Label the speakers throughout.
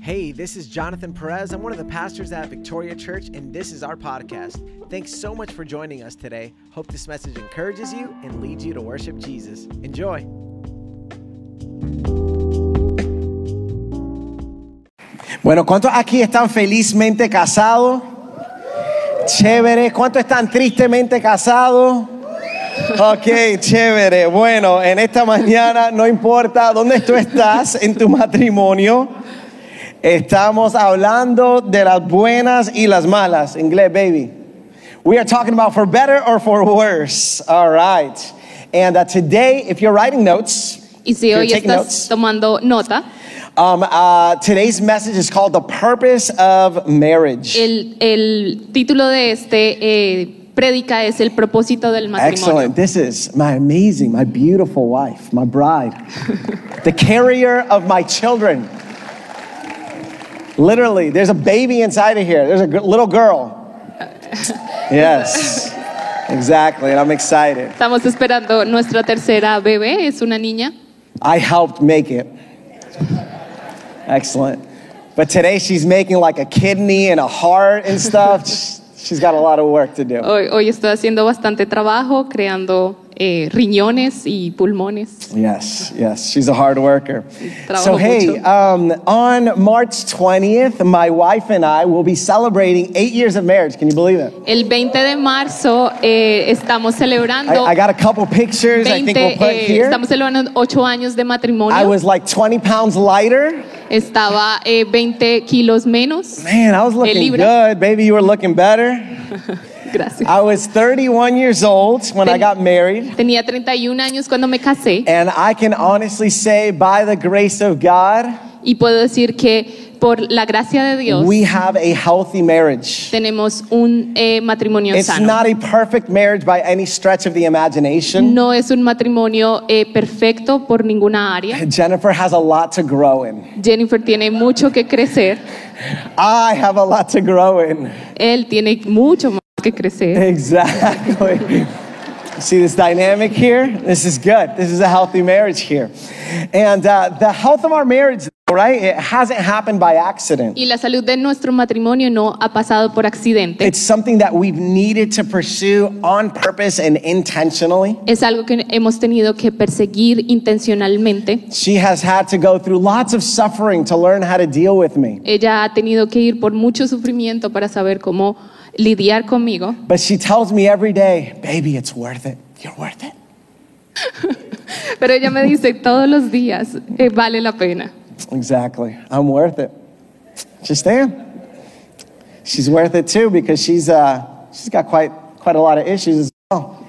Speaker 1: Hey, this is Jonathan Perez. I'm one of the pastors at Victoria Church, and this is our podcast. Thanks so much for joining us today. Hope this message encourages you and leads you to worship Jesus. Enjoy. Bueno, ¿cuántos aquí están felizmente casados? Chévere. ¿Cuántos están tristemente casados? Ok, chévere. Bueno, en esta mañana, no importa dónde tú estás en tu matrimonio, estamos hablando de las buenas y las malas. Inglés, baby. We are talking about for better or for worse. All right. And uh, today, if you're writing notes,
Speaker 2: Y si
Speaker 1: You're
Speaker 2: hoy
Speaker 1: taking
Speaker 2: estás
Speaker 1: notes?
Speaker 2: tomando nota,
Speaker 1: um, uh, today's message is called The Purpose of Marriage.
Speaker 2: el, el título de este eh, prédica es El propósito del matrimonio.
Speaker 1: Excellent. This is my amazing, my beautiful wife, my bride, the carrier of my children. Literally, there's a baby inside of here. There's a g- little girl. Yes, exactly. And I'm excited.
Speaker 2: Estamos esperando nuestra tercera bebé, es una niña.
Speaker 1: I helped make it. Excellent. But today she's making like a kidney and a heart and stuff. She's got a lot of work to do.
Speaker 2: Hoy, hoy estoy haciendo bastante trabajo, creando eh, riñones y pulmones.
Speaker 1: Yes, yes, she's a hard worker.
Speaker 2: Trabajo
Speaker 1: So, hey,
Speaker 2: mucho.
Speaker 1: um, on March 20th, my wife and I will be celebrating eight years of marriage. Can you believe it?
Speaker 2: El 20 de marzo eh, estamos
Speaker 1: I,
Speaker 2: celebrando,
Speaker 1: I got a couple pictures I think
Speaker 2: 20,
Speaker 1: we'll put
Speaker 2: eh,
Speaker 1: here.
Speaker 2: estamos celebrando 8 años de
Speaker 1: I
Speaker 2: matrimonio.
Speaker 1: was like 20 pounds lighter.
Speaker 2: Estaba eh, 20 kilos menos.
Speaker 1: Man, I was looking
Speaker 2: libras.
Speaker 1: good. Baby, you were looking better.
Speaker 2: Gracias.
Speaker 1: I was 31 years old when I
Speaker 2: Ten-
Speaker 1: got married.
Speaker 2: Tenía 31 años cuando me casé.
Speaker 1: And I can honestly say, by the grace of God,
Speaker 2: Y puedo decir que por la gracia de Dios
Speaker 1: we have a healthy marriage.
Speaker 2: tenemos un eh, matrimonio
Speaker 1: It's
Speaker 2: sano.
Speaker 1: not a perfect marriage by any stretch of the imagination.
Speaker 2: No es un matrimonio eh, perfecto por ninguna área.
Speaker 1: Jennifer has a lot to grow in.
Speaker 2: Jennifer tiene mucho que crecer.
Speaker 1: I have a lot to grow in.
Speaker 2: Él tiene mucho más que crecer.
Speaker 1: Exactly. See this dynamic here? This is good. This is a healthy marriage here. And uh, the health of our marriage, right? It hasn't happened by accident.
Speaker 2: Y la salud de nuestro matrimonio no ha pasado por accidente.
Speaker 1: It's something that we've needed to pursue on purpose and intentionally.
Speaker 2: Es algo que hemos tenido que perseguir intencionalmente.
Speaker 1: She has had to go through lots of suffering to learn how to deal with me.
Speaker 2: Ella ha tenido que ir por mucho sufrimiento para saber cómo lidiar conmigo.
Speaker 1: But she tells me every day, baby, it's worth it. You're worth it.
Speaker 2: Pero ella me dice todos los días, eh, vale la pena.
Speaker 1: Exactly. I'm worth it. Just am. She's worth it too because she's uh, she's got quite quite a lot of issues as well.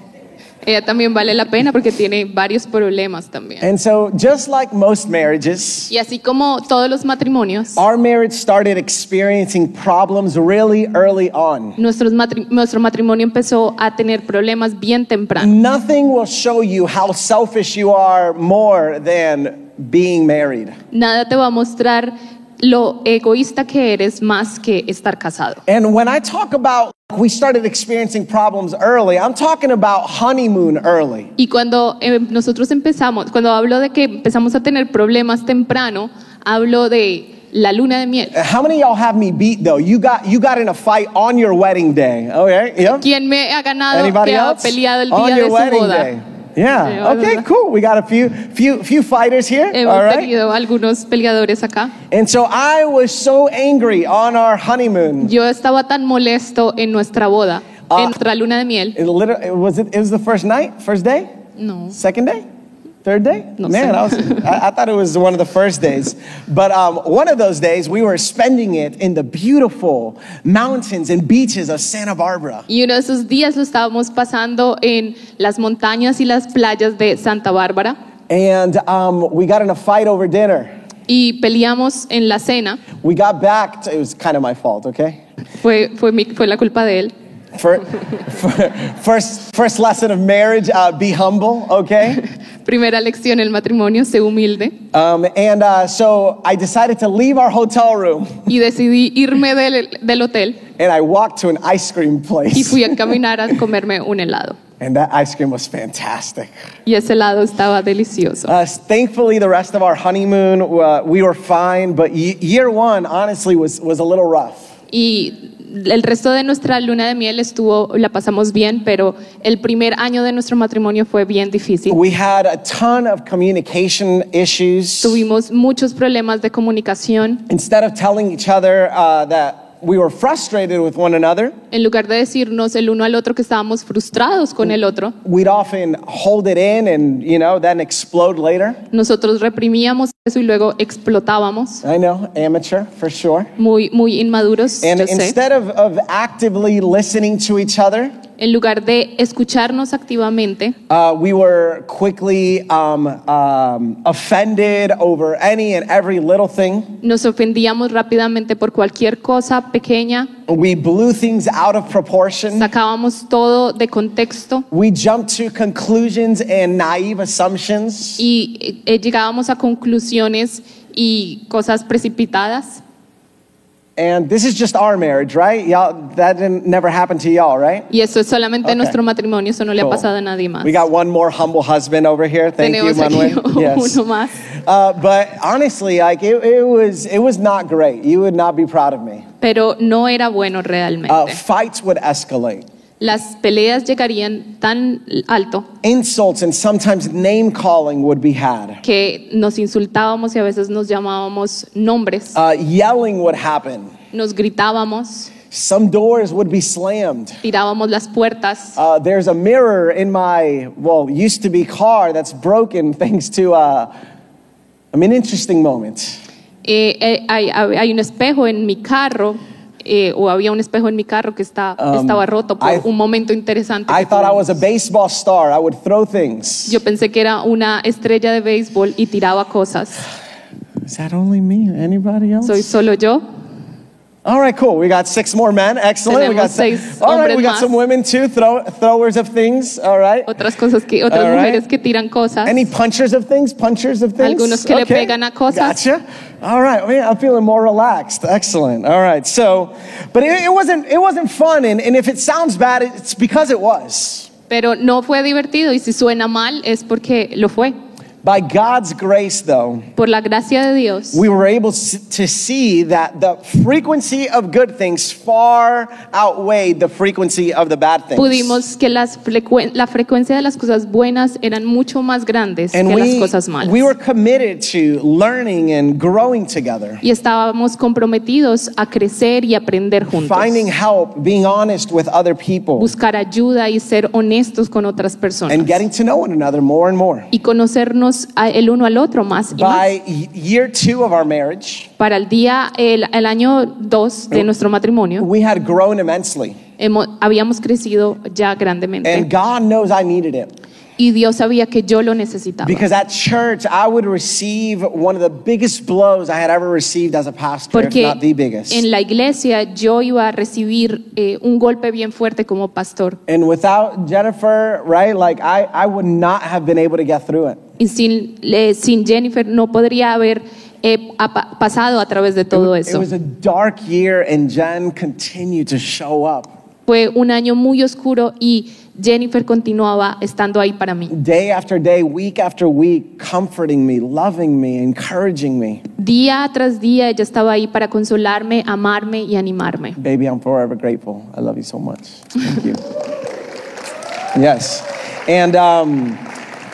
Speaker 2: Ella también vale la pena porque tiene varios problemas también.
Speaker 1: And so just like most marriages,
Speaker 2: Y así como todos los matrimonios,
Speaker 1: our marriage started experiencing problems really early on.
Speaker 2: nuestros matri- nuestro matrimonio empezó a tener problemas bien temprano.
Speaker 1: Nothing will show you how selfish you are more than being married.
Speaker 2: Nada te va a mostrar lo egoísta que eres más que estar casado.
Speaker 1: And when I talk about we started experiencing problems early, I'm talking about honeymoon early.
Speaker 2: Y cuando eh, nosotros empezamos, cuando hablo de que empezamos a tener problemas temprano, hablo de la luna de miel.
Speaker 1: How many of y'all have me beat though? You got you got in a fight on your wedding day. Okay, yeah.
Speaker 2: ¿Quién me ha ganado
Speaker 1: Anybody
Speaker 2: que ha
Speaker 1: else?
Speaker 2: peleado el
Speaker 1: on
Speaker 2: día
Speaker 1: your
Speaker 2: de su
Speaker 1: wedding
Speaker 2: boda?
Speaker 1: day. Yeah.
Speaker 2: Yeah,
Speaker 1: Okay,
Speaker 2: hola.
Speaker 1: cool. We got a few few few fighters here.
Speaker 2: Hemos
Speaker 1: All right.
Speaker 2: tenido algunos peleadores acá.
Speaker 1: And so I was so angry on our honeymoon.
Speaker 2: Yo estaba tan molesto en nuestra boda,
Speaker 1: Ah.
Speaker 2: en nuestra luna de miel.
Speaker 1: It literally it was it, it was the first night, first day,
Speaker 2: No.
Speaker 1: second day, third day.
Speaker 2: No
Speaker 1: Man,
Speaker 2: sé.
Speaker 1: I, was, I, I thought it was one of the first days. But um, one of those days, we were spending it in the beautiful mountains and beaches of Santa Barbara.
Speaker 2: Y uno de esos días lo estábamos pasando en las montañas y las playas de Santa Bárbara
Speaker 1: And um, we got in a fight over dinner.
Speaker 2: y peleamos en la cena.
Speaker 1: We got back. To, it was kind of my fault, okay?
Speaker 2: Fue, fue, mi- fue la culpa de él.
Speaker 1: For, for, first, first lesson of marriage: uh, be humble, okay?
Speaker 2: Primera lección, el matrimonio, sé humilde.
Speaker 1: Um, and uh, so I decided to leave our hotel room,
Speaker 2: Y decidí irme del, del hotel
Speaker 1: and I walked to an ice cream
Speaker 2: y
Speaker 1: place.
Speaker 2: fui a caminar a comerme un helado.
Speaker 1: And that ice cream was fantastic.
Speaker 2: y ese helado estaba delicioso.
Speaker 1: Uh, thankfully, the rest of our honeymoon, uh, we were fine, but ye- year one, honestly, was, was a little rough.
Speaker 2: Y el resto de nuestra luna de miel estuvo, la pasamos bien, pero el primer año de nuestro matrimonio fue bien difícil.
Speaker 1: We had a ton of communication issues.
Speaker 2: Tuvimos muchos problemas de comunicación.
Speaker 1: Instead of telling each other uh, that we were frustrated with one another,
Speaker 2: En lugar de decirnos el uno al otro que estábamos frustrados con el otro,
Speaker 1: we'd often hold it in and, you know, then explode later.
Speaker 2: nosotros reprimíamos eso y luego explotábamos,
Speaker 1: I know, amateur for sure.
Speaker 2: muy, muy inmaduros,
Speaker 1: And
Speaker 2: yo sé.
Speaker 1: instead of, of actively listening to each other,
Speaker 2: En lugar de escucharnos activamente,
Speaker 1: uh, we were quickly um, um, offended over any and every little thing.
Speaker 2: nos ofendíamos rápidamente por cualquier cosa pequeña,
Speaker 1: We blew things out of proportion.
Speaker 2: sacábamos todo de contexto
Speaker 1: We jumped to conclusions and naive assumptions.
Speaker 2: y eh, eh, llegábamos a conclusiones y cosas precipitadas.
Speaker 1: And this is just our marriage, right? Y'all, that didn't, never happened to y'all, right?
Speaker 2: Y eso es solamente
Speaker 1: Okay.
Speaker 2: nuestro matrimonio, eso no le ha
Speaker 1: Cool.
Speaker 2: pasado a nadie más.
Speaker 1: We got one more humble husband over here. Thank you,
Speaker 2: Tenemos
Speaker 1: Manuel.
Speaker 2: aquí uno más.
Speaker 1: Uh, but honestly, like it, it was, it was not great. You would not be proud of me.
Speaker 2: Pero no era bueno realmente.
Speaker 1: Uh, fights would escalate.
Speaker 2: Las peleas llegarían tan alto
Speaker 1: Insults and sometimes name calling would be had.
Speaker 2: que nos insultábamos y a veces nos llamábamos nombres,
Speaker 1: Uh, yelling would happen.
Speaker 2: nos gritábamos,
Speaker 1: Some doors would be slammed.
Speaker 2: tirábamos las puertas.
Speaker 1: Uh, there's a mirror in my, well, used to be car that's broken thanks to, uh, I mean, interesting moment.
Speaker 2: Eh, eh, hay, hay- hay un espejo en mi carro. eh, o había un espejo en mi carro que está, estaba roto por
Speaker 1: Um, I-
Speaker 2: un momento interesante.
Speaker 1: I
Speaker 2: que
Speaker 1: thought I was a
Speaker 2: tuvimos.
Speaker 1: baseball star. I would throw things.
Speaker 2: Yo pensé que era una estrella de béisbol y tiraba cosas.
Speaker 1: Is that only me? Anybody else?
Speaker 2: Soy solo yo.
Speaker 1: All right, cool. We got six more men. Excellent. we got
Speaker 2: Tenemos
Speaker 1: se-
Speaker 2: seis
Speaker 1: All right,
Speaker 2: hombres
Speaker 1: we got
Speaker 2: más.
Speaker 1: some women too, throw- throwers of things. All right.
Speaker 2: Otras cosas que otras
Speaker 1: All right.
Speaker 2: mujeres que tiran cosas.
Speaker 1: Any punchers of things? Punchers of things?
Speaker 2: Algunos que le pegan a cosas.
Speaker 1: Gotcha. All right. Man, I'm feeling more relaxed. Excellent. All right. So, but it, it wasn't it wasn't fun, and, and if it sounds bad, it's because it was.
Speaker 2: Pero no fue divertido y si suena mal es porque lo fue.
Speaker 1: By God's grace, though,
Speaker 2: Por la gracia de Dios
Speaker 1: we were able s- to see that the frequency of good things far outweighed the frequency of the bad things.
Speaker 2: pudimos que las frecuen- la frecuencia de las cosas buenas eran mucho más grandes
Speaker 1: And
Speaker 2: que
Speaker 1: we,
Speaker 2: las cosas malas.
Speaker 1: we were committed to learning and growing together,
Speaker 2: y estábamos comprometidos a crecer y aprender juntos.
Speaker 1: finding help, being honest with other people,
Speaker 2: buscar ayuda y ser honestos con otras personas.
Speaker 1: and getting to know one another more and more.
Speaker 2: y conocernos a- el uno al otro más y más.
Speaker 1: By y- year two of our marriage,
Speaker 2: Para el día, el, el año 2 de nuestro matrimonio,
Speaker 1: we had grown immensely,
Speaker 2: hemo- habíamos crecido ya
Speaker 1: and
Speaker 2: grandemente.
Speaker 1: God knows I needed it.
Speaker 2: Y Dios sabía que yo lo necesitaba.
Speaker 1: Because at church, I would receive one of the biggest blows I had ever received as a pastor, if
Speaker 2: Porque
Speaker 1: not the biggest.
Speaker 2: en la iglesia yo iba a recibir eh, un golpe bien fuerte como pastor.
Speaker 1: And without Jennifer, right, like I, I would not have been able to get through it.
Speaker 2: Y sin, eh, sin Jennifer no podría haber eh, apa- pasado a través de todo
Speaker 1: It
Speaker 2: eso.
Speaker 1: was a dark year, and Jen continued to show up
Speaker 2: Fue un año muy oscuro y Jennifer continuaba estando ahí para mí.
Speaker 1: day after day, week after week, comforting me, loving me, encouraging me.
Speaker 2: Día tras día ella estaba ahí para consolarme, amarme y animarme.
Speaker 1: Baby, I'm forever grateful. I love you so much. Thank you. yes. And um,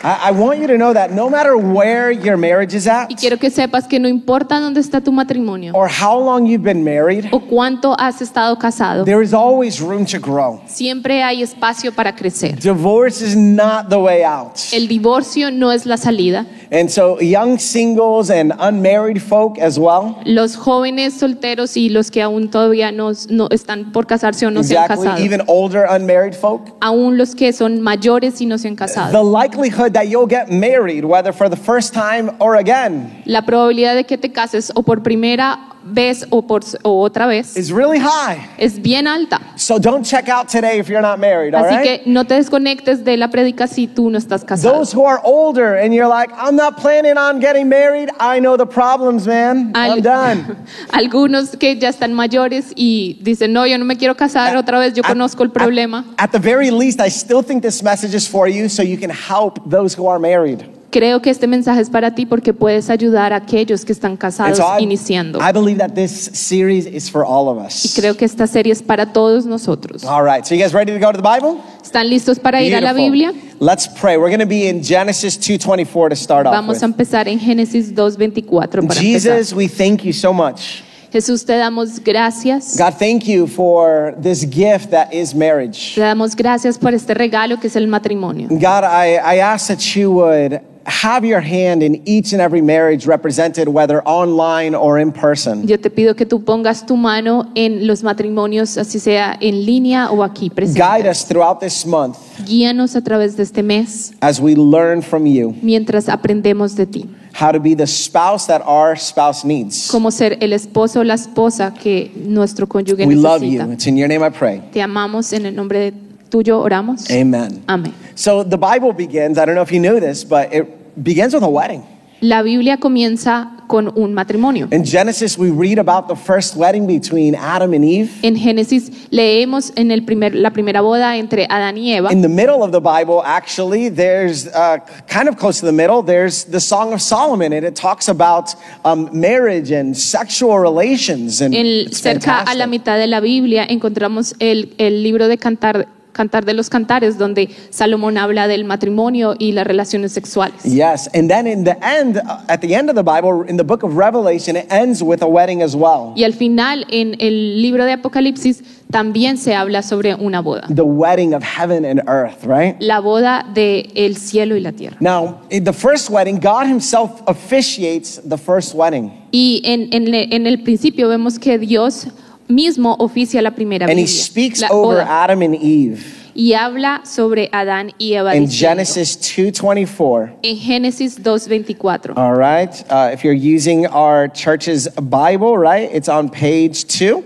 Speaker 1: I, I want you to know that no matter where your marriage is at
Speaker 2: Y quiero que sepas que no importa dónde está tu matrimonio
Speaker 1: or how long you've been married,
Speaker 2: o cuánto has estado casado,
Speaker 1: there is always room to grow.
Speaker 2: siempre hay espacio para crecer.
Speaker 1: Divorce is not the way out.
Speaker 2: El divorcio no es la salida.
Speaker 1: And so, young singles and unmarried folk as well.
Speaker 2: Los jóvenes solteros y los que aún todavía no, no están por casarse o no se han
Speaker 1: exactly,
Speaker 2: casado,
Speaker 1: even older unmarried folk.
Speaker 2: aún los que son mayores y no se han casado.
Speaker 1: The likelihood that you'll get married, whether for the first time or again,
Speaker 2: La probabilidad de que te cases o por primera vez o, por, o otra vez
Speaker 1: is really high.
Speaker 2: es bien alta.
Speaker 1: So don't check out today if you're not married, all
Speaker 2: Así
Speaker 1: right?
Speaker 2: que no te desconectes de la prédica si tú no estás casado.
Speaker 1: Those who are older and you're like, I'm not planning on getting married, I know the problems, man. I'm
Speaker 2: Al-
Speaker 1: done.
Speaker 2: Algunos que ya están mayores y dicen, no, yo no me quiero casar otra vez, yo
Speaker 1: At-
Speaker 2: conozco el
Speaker 1: at-
Speaker 2: problema.
Speaker 1: At, the very least, I still think this message is for you so you can help those who are married.
Speaker 2: Creo que este mensaje es para ti porque puedes ayudar a aquellos que están
Speaker 1: And
Speaker 2: casados
Speaker 1: so I,
Speaker 2: iniciando.
Speaker 1: I believe that this series is for all of
Speaker 2: y
Speaker 1: us.
Speaker 2: creo que esta serie es para todos nosotros.
Speaker 1: All right, so you guys ready to go to the Bible?
Speaker 2: ¿Están listos para ir a la
Speaker 1: Beautiful.
Speaker 2: Biblia?
Speaker 1: Let's pray. We're going to be in Genesis 2:24 to start off
Speaker 2: Vamos a
Speaker 1: with.
Speaker 2: empezar en Génesis 2.24 para empezar.
Speaker 1: Jesus, we thank you so much.
Speaker 2: Jesús, te damos gracias.
Speaker 1: God, thank you for this gift that is marriage.
Speaker 2: Te damos gracias por este regalo que es el matrimonio.
Speaker 1: God, I, I ask that you would have your hand in each and every marriage represented, whether online or in person.
Speaker 2: Yo te pido que tú pongas tu mano en los matrimonios, así sea en línea o aquí
Speaker 1: Guide
Speaker 2: presente.
Speaker 1: us throughout this month
Speaker 2: Guíanos a través de este mes
Speaker 1: as we learn from you
Speaker 2: mientras aprendemos de ti.
Speaker 1: how to be the spouse that our spouse needs.
Speaker 2: Cómo ser el esposo o la esposa que nuestro cónyuge
Speaker 1: We love you.
Speaker 2: necesita.
Speaker 1: It's in your name I pray.
Speaker 2: Te amamos en el nombre de tuyo, oramos.
Speaker 1: Amen.
Speaker 2: Amén.
Speaker 1: So the Bible begins, I don't know if you knew this, but it begins with a wedding.
Speaker 2: La Biblia comienza con un matrimonio.
Speaker 1: In Genesis, we read about the first wedding between Adam and Eve.
Speaker 2: En Génesis leemos en el primer, la primera boda entre Adán y Eva.
Speaker 1: In the middle of the Bible, actually, there's uh, kind of close to the middle, there's the Song of Solomon, and it talks about um, marriage and sexual relations. And
Speaker 2: En-
Speaker 1: it's
Speaker 2: cerca a la
Speaker 1: fantastic.
Speaker 2: mitad de la Biblia encontramos el, el libro de Cantar, Cantar de los Cantares, donde Salomón habla del matrimonio y las relaciones sexuales.
Speaker 1: Yes, and then in the end, uh, at the end of the Bible, in the book of Revelation, it ends with a wedding as well.
Speaker 2: Y al final, en el libro de Apocalipsis, también se habla sobre una boda,
Speaker 1: The wedding of heaven and earth, right?
Speaker 2: la boda del el cielo y la tierra.
Speaker 1: Now, in the first wedding, God Himself officiates the first wedding,
Speaker 2: Y en, en le- en el principio vemos que Dios mismo oficia la primera
Speaker 1: and He
Speaker 2: Biblia,
Speaker 1: speaks
Speaker 2: la
Speaker 1: over
Speaker 2: boda,
Speaker 1: Adam and Eve
Speaker 2: y habla sobre Adán y Eva.
Speaker 1: in
Speaker 2: diciendo,
Speaker 1: Genesis two twenty four.
Speaker 2: en Génesis 2.24.
Speaker 1: All right. Uh, if you're using our church's Bible, right, it's on page two.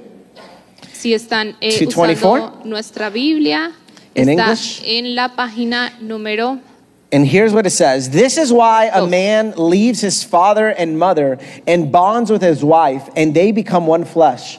Speaker 2: Si están eh,
Speaker 1: 224.
Speaker 2: usando nuestra Biblia,
Speaker 1: In
Speaker 2: está
Speaker 1: English.
Speaker 2: en la página número.
Speaker 1: And here's what it says This is why a
Speaker 2: Oh.
Speaker 1: man leaves his father and mother and bonds with his wife, and they become one flesh.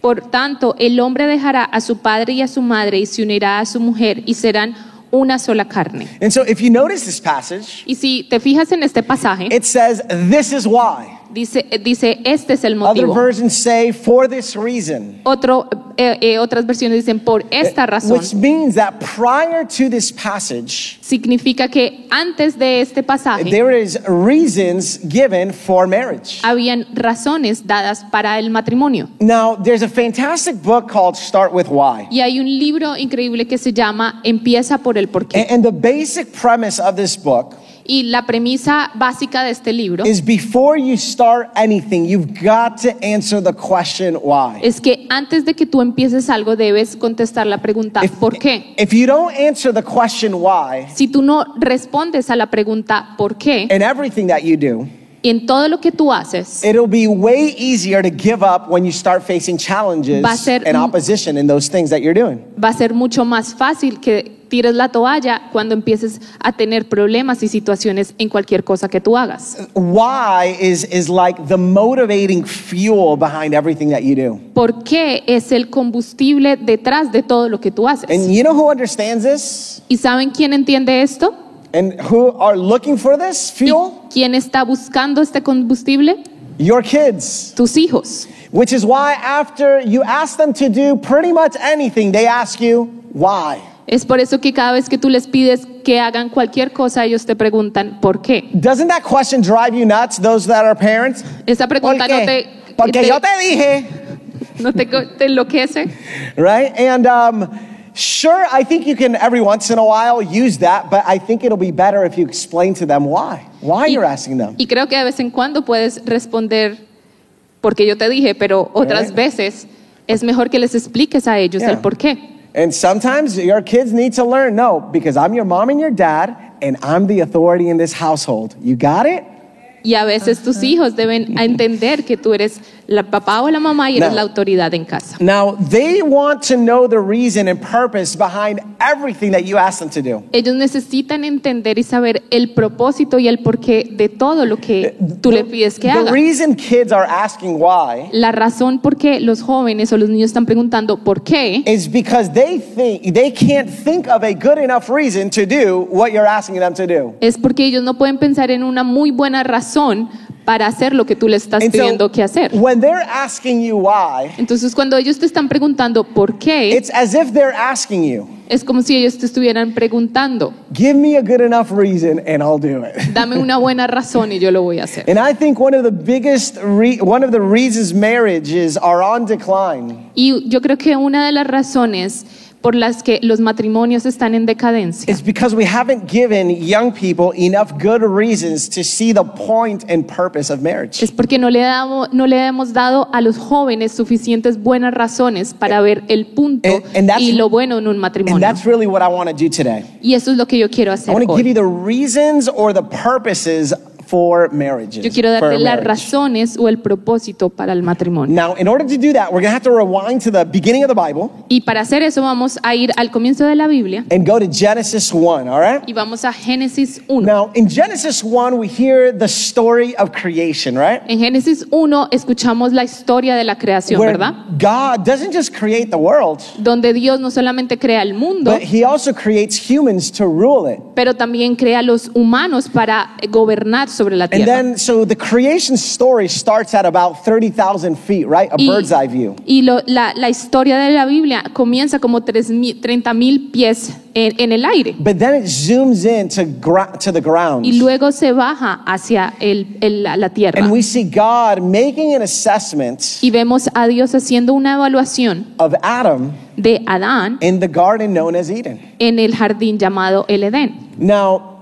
Speaker 2: Por tanto, el hombre dejará a su padre y a su madre y se unirá a su mujer y serán una sola carne.
Speaker 1: And so, if you notice this passage,
Speaker 2: Y si te fijas en este pasaje,
Speaker 1: it says, This is why.
Speaker 2: dice, eh, dice este es el
Speaker 1: Other
Speaker 2: motivo.
Speaker 1: versions say, For this reason.
Speaker 2: Otro, eh, eh, otras versiones dicen por esta razón.
Speaker 1: Eh, Which means that prior to this passage,
Speaker 2: Significa que antes de este pasaje
Speaker 1: there is reasons given for marriage.
Speaker 2: habían razones dadas para el matrimonio.
Speaker 1: Now, there's a fantastic book called Start With Why.
Speaker 2: Y hay un libro increíble que se llama Empieza por el porqué.
Speaker 1: And, and the basic premise of this book
Speaker 2: Y la premisa básica de este libro
Speaker 1: is before you start anything, you've got to answer the question why.
Speaker 2: es que antes de que tú empieces algo debes contestar la pregunta
Speaker 1: If-
Speaker 2: ¿por qué?
Speaker 1: If you don't answer the question why
Speaker 2: Si tú no respondes a la pregunta ¿por qué?
Speaker 1: in everything that you do,
Speaker 2: En todo lo que tú haces
Speaker 1: it'll be way easier to give up when you start facing challenges
Speaker 2: Va a ser
Speaker 1: and
Speaker 2: un-
Speaker 1: opposition in those things that you're doing.
Speaker 2: va a ser mucho más fácil que tires la toalla cuando empieces a tener problemas y situaciones en cualquier cosa que tú hagas.
Speaker 1: Why is, is like the motivating fuel behind everything that you do.
Speaker 2: ¿Por qué es el combustible detrás de todo lo que tú haces?
Speaker 1: And you know who understands this
Speaker 2: ¿Y saben quién entiende esto?
Speaker 1: and who are looking for this
Speaker 2: ¿Y
Speaker 1: fuel?
Speaker 2: quién está buscando este combustible?
Speaker 1: Your kids.
Speaker 2: Tus hijos.
Speaker 1: Which is why, after you ask them to do pretty much anything, they ask you why.
Speaker 2: Es por eso que cada vez que tú les pides que hagan cualquier cosa, ellos te preguntan por qué.
Speaker 1: Doesn't that question drive you nuts, those that are parents?
Speaker 2: Esa
Speaker 1: ¿Por
Speaker 2: pregunta no
Speaker 1: qué?
Speaker 2: te,
Speaker 1: Porque
Speaker 2: te-
Speaker 1: yo te dije,
Speaker 2: no te, co- te enloquece.
Speaker 1: right? And um, sure, I think you can every once in a while use that, but I think it'll be better if you explain to them why. Why
Speaker 2: Y-
Speaker 1: you're asking them.
Speaker 2: Y creo que de vez en cuando puedes responder porque yo te dije, pero otras
Speaker 1: Right.
Speaker 2: veces es mejor que les expliques a ellos
Speaker 1: Eh. Yeah.
Speaker 2: el por qué.
Speaker 1: And sometimes your kids need to learn no, because I'm your mom and your dad, and I'm the authority in this household. You got it?
Speaker 2: Y a veces tus hijos deben entender que tú eres la papá o la mamá y eres
Speaker 1: Now-
Speaker 2: la autoridad en casa.
Speaker 1: Now, they want to know the reason and purpose behind everything that you ask them to do.
Speaker 2: Ellos necesitan entender y saber el propósito y el porqué de todo lo que tú le pides que
Speaker 1: Eh, The
Speaker 2: haga.
Speaker 1: reason kids are asking why
Speaker 2: La razón por qué los jóvenes o los niños están preguntando por qué
Speaker 1: is because they think they can't think of a good enough reason to do what you're asking them to do.
Speaker 2: es porque ellos no pueden pensar en una muy buena razón para hacer lo que tú le estás
Speaker 1: And
Speaker 2: pidiendo que
Speaker 1: so
Speaker 2: hacer.
Speaker 1: when they're asking you why,
Speaker 2: Entonces, cuando ellos te están preguntando por qué,
Speaker 1: it's as if they're asking you,
Speaker 2: es como si ellos te estuvieran preguntando,
Speaker 1: give me a good enough reason and I'll do it.
Speaker 2: dame una buena razón y yo lo voy a hacer.
Speaker 1: And I think one of the biggest, re- one of the reasons marriages are on decline
Speaker 2: Y yo creo que una de las razones por las que los matrimonios están en decadencia
Speaker 1: is because we haven't given young people enough good reasons to see the point and purpose of marriage.
Speaker 2: es porque no le, damos, no le hemos dado a los jóvenes suficientes buenas razones para ver el punto
Speaker 1: And- and that's-
Speaker 2: y lo bueno en un
Speaker 1: And
Speaker 2: matrimonio.
Speaker 1: that's really what I want to do today.
Speaker 2: Y eso es lo que yo quiero
Speaker 1: I
Speaker 2: hacer
Speaker 1: want to give you
Speaker 2: hoy.
Speaker 1: the reasons or the purposes for marriages.
Speaker 2: Yo quiero
Speaker 1: for
Speaker 2: darte las
Speaker 1: marriage.
Speaker 2: razones o el propósito para el matrimonio.
Speaker 1: Now, in order to do that, we're going to have to rewind to the beginning of the Bible
Speaker 2: Y para hacer eso vamos a ir al comienzo de la Biblia
Speaker 1: and go to Genesis 1, all right?
Speaker 2: y vamos a Génesis 1.
Speaker 1: Now, in Genesis 1, we hear the story of creation, right?
Speaker 2: En Génesis 1 escuchamos la historia de la creación,
Speaker 1: Where
Speaker 2: ¿verdad?
Speaker 1: God doesn't just create the world,
Speaker 2: Donde Dios no solamente crea el mundo,
Speaker 1: But he also creates humans to rule it.
Speaker 2: pero también crea a los humanos para gobernar sobre la
Speaker 1: And
Speaker 2: tierra.
Speaker 1: then, so the creation story starts at about 30,000 feet, right? A
Speaker 2: Y,
Speaker 1: bird's eye view.
Speaker 2: y lo- la, la historia de la Biblia comienza como 30 mil pies en, en el aire
Speaker 1: But then it zooms in to, gra- to the ground.
Speaker 2: y luego se baja hacia el- el- la, la tierra.
Speaker 1: And we see God making an assessment
Speaker 2: Y vemos a Dios haciendo una evaluación
Speaker 1: of Adam
Speaker 2: de Adán
Speaker 1: in the garden known as Eden.
Speaker 2: en el jardín llamado el Edén.
Speaker 1: Now,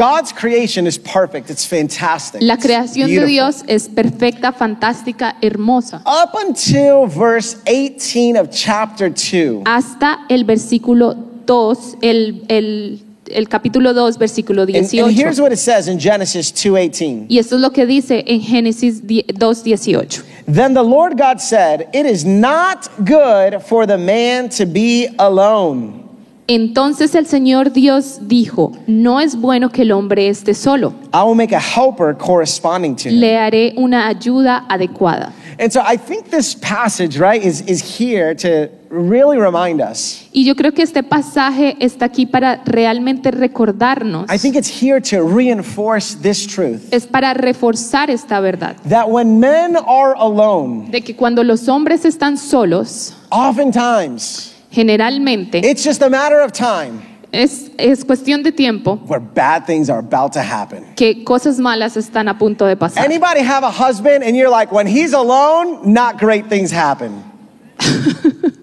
Speaker 1: God's creation is perfect, it's fantastic.
Speaker 2: La
Speaker 1: it's
Speaker 2: creación de
Speaker 1: beautiful.
Speaker 2: Dios es perfecta, fantástica, hermosa.
Speaker 1: Up until verse 18 of chapter 2.
Speaker 2: Hasta el versículo 2, el, el- el capítulo 2, versículo
Speaker 1: And, and here's
Speaker 2: 18.
Speaker 1: what it says in Genesis 2:18.
Speaker 2: Y esto es lo que dice en Génesis 10 2, 18.
Speaker 1: Then the Lord God said, It is not good for the man to be alone.
Speaker 2: Entonces el Señor Dios dijo, no es bueno que el hombre esté solo,
Speaker 1: I will make a helper corresponding to him.
Speaker 2: le haré una ayuda adecuada.
Speaker 1: And so I think this passage, right, is, is here to really remind us.
Speaker 2: Y yo creo que este pasaje está aquí para realmente recordarnos,
Speaker 1: I think it's here to reinforce this truth
Speaker 2: es para reforzar esta verdad,
Speaker 1: that when men are alone,
Speaker 2: de que cuando los hombres están solos,
Speaker 1: oftentimes
Speaker 2: generalmente
Speaker 1: it's just a matter of time
Speaker 2: es, es cuestión de tiempo
Speaker 1: where bad things are about to happen.
Speaker 2: que cosas malas están a punto de pasar.
Speaker 1: Anybody have a husband and you're like, when he's alone, not great things happen.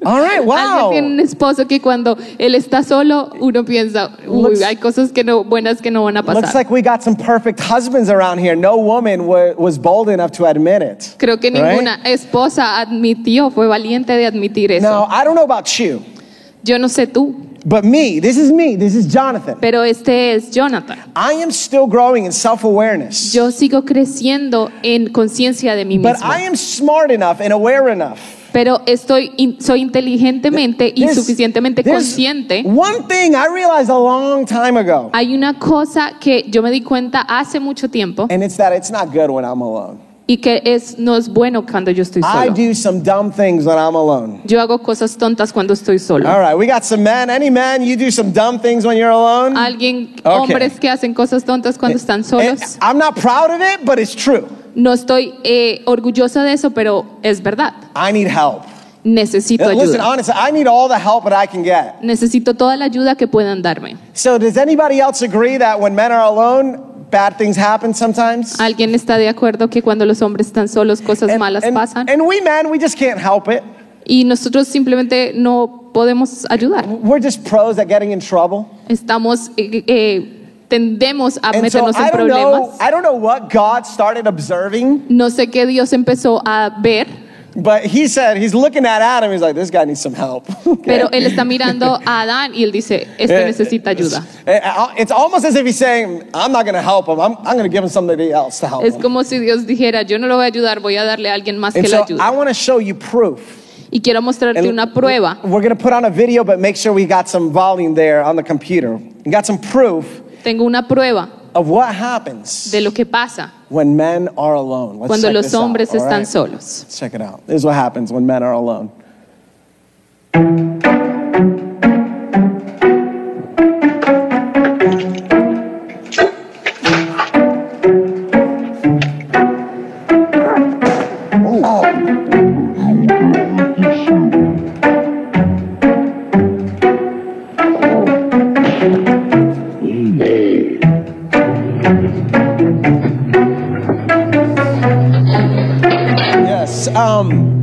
Speaker 1: All right,
Speaker 2: Alguien
Speaker 1: wow.
Speaker 2: tiene un esposo que cuando él está solo, uno piensa, uy,
Speaker 1: Looks-
Speaker 2: hay cosas que no, buenas que no van a pasar.
Speaker 1: Looks like we got some perfect husbands around here. No woman wa- was bold enough to admit it.
Speaker 2: Creo que
Speaker 1: Right?
Speaker 2: ninguna esposa admitió, fue valiente de admitir eso.
Speaker 1: Now, I don't know about you,
Speaker 2: Yo no sé tú,
Speaker 1: but me, this is me, this is Jonathan.
Speaker 2: pero este es Jonathan.
Speaker 1: I am still growing in self awareness,
Speaker 2: Yo sigo creciendo en conciencia de mí mismo,
Speaker 1: but I am smart enough and aware enough.
Speaker 2: pero estoy in- soy inteligentemente y
Speaker 1: There's-
Speaker 2: suficientemente
Speaker 1: there's
Speaker 2: consciente.
Speaker 1: One thing I realized a long time ago,
Speaker 2: Hay una cosa que yo me di cuenta hace mucho tiempo
Speaker 1: and it's that it's not good when I'm alone.
Speaker 2: y que es no es bueno cuando yo estoy
Speaker 1: I
Speaker 2: solo.
Speaker 1: do some dumb things when I'm alone.
Speaker 2: Yo hago cosas tontas cuando estoy solo.
Speaker 1: All right, we got some men. Any men, you do some dumb things when you're alone?
Speaker 2: Alguien,
Speaker 1: Okay. Eh,
Speaker 2: hombres que hacen cosas tontas cuando están solos.
Speaker 1: And I'm not proud of it, but it's true.
Speaker 2: No estoy eh, orgullosa de eso, pero es verdad.
Speaker 1: I need help.
Speaker 2: Necesito
Speaker 1: Eh, Listen,
Speaker 2: ayuda.
Speaker 1: honestly, I need all the help that I can get.
Speaker 2: Necesito toda la ayuda que puedan darme.
Speaker 1: So, does anybody else agree that when men are alone, bad things happen sometimes?
Speaker 2: ¿Alguien está de acuerdo que cuando los hombres están solos cosas malas
Speaker 1: and,
Speaker 2: pasan?
Speaker 1: and we men, we just can't help it.
Speaker 2: y nosotros simplemente no podemos ayudar.
Speaker 1: We're just pros at getting in trouble.
Speaker 2: Estamos, eh, eh, tendemos a
Speaker 1: And so
Speaker 2: meternos en
Speaker 1: I don't know.
Speaker 2: problemas.
Speaker 1: I don't know what God started observing,
Speaker 2: No sé qué Dios empezó a ver
Speaker 1: But he said, he's looking at Adam, he's like, this guy needs some help.
Speaker 2: Pero él está mirando a Adán y él dice, este
Speaker 1: Eh,
Speaker 2: necesita ayuda.
Speaker 1: It's almost as if he's saying, I'm not going to help him. I'm, I'm going to give him somebody else to help
Speaker 2: Es
Speaker 1: him.
Speaker 2: como si Dios dijera, yo no lo voy a ayudar, voy a darle a alguien más
Speaker 1: And
Speaker 2: que lo
Speaker 1: so I
Speaker 2: ayude.
Speaker 1: want to show you proof.
Speaker 2: Y quiero mostrarte
Speaker 1: And
Speaker 2: una prueba.
Speaker 1: We're going to put on a video, but make sure we got some volume there on the computer. We got some proof
Speaker 2: Tengo una prueba
Speaker 1: of what happens
Speaker 2: de lo que pasa
Speaker 1: when men are alone. Let's
Speaker 2: cuando
Speaker 1: check
Speaker 2: los
Speaker 1: this out,
Speaker 2: hombres
Speaker 1: all
Speaker 2: están
Speaker 1: right?
Speaker 2: solos.
Speaker 1: Let's check it out. This is what happens when men are alone. Yes. Um,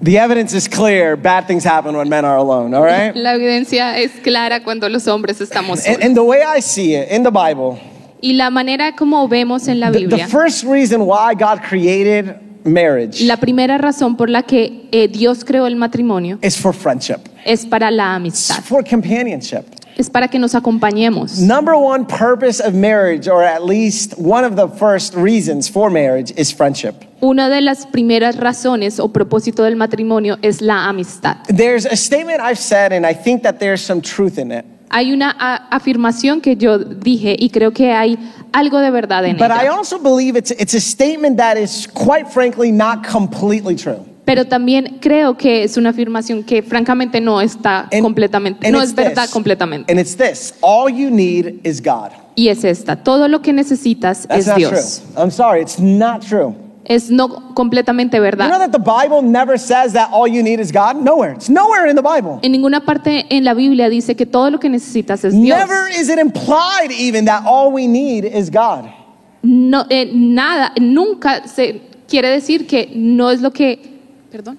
Speaker 1: the evidence is clear. Bad things happen when men are alone, all right?
Speaker 2: La evidencia es clara cuando los hombres
Speaker 1: And,
Speaker 2: estamos solos.
Speaker 1: and the way I see it in the Bible,
Speaker 2: Y la manera como vemos en la
Speaker 1: the, the
Speaker 2: Biblia,
Speaker 1: first reason why God created marriage
Speaker 2: la primera razón por la que eh, Dios creó el matrimonio
Speaker 1: is for friendship,
Speaker 2: es para la
Speaker 1: it's
Speaker 2: amistad,
Speaker 1: for companionship.
Speaker 2: es para que nos acompañemos.
Speaker 1: Number one purpose of marriage, or at least one of the first reasons for marriage, is friendship.
Speaker 2: Una de las primeras razones o propósito del matrimonio es la amistad.
Speaker 1: There's a statement I've said, and I think that there's some truth in it.
Speaker 2: Hay una a- afirmación que yo dije y creo que hay algo de verdad en
Speaker 1: But I
Speaker 2: ella.
Speaker 1: also believe it's, it's a statement that is, quite frankly, not completely true.
Speaker 2: Pero también creo que es una afirmación que francamente no está
Speaker 1: And-
Speaker 2: completamente,
Speaker 1: and
Speaker 2: no
Speaker 1: it's
Speaker 2: es verdad
Speaker 1: this.
Speaker 2: completamente.
Speaker 1: And it's this all you need is God.
Speaker 2: Y es esta, todo lo que necesitas
Speaker 1: That's
Speaker 2: es
Speaker 1: not
Speaker 2: Dios.
Speaker 1: true. I'm sorry, it's not true.
Speaker 2: Es no completamente
Speaker 1: You know
Speaker 2: verdad.
Speaker 1: that the Bible never says that all you need is God? Nowhere. It's nowhere in the Bible.
Speaker 2: En ninguna parte en la Biblia dice que todo lo que necesitas es Dios.
Speaker 1: Never is it implied even that all we need is God.
Speaker 2: No, eh, nada, nunca se quiere decir que no es lo que. Perdón,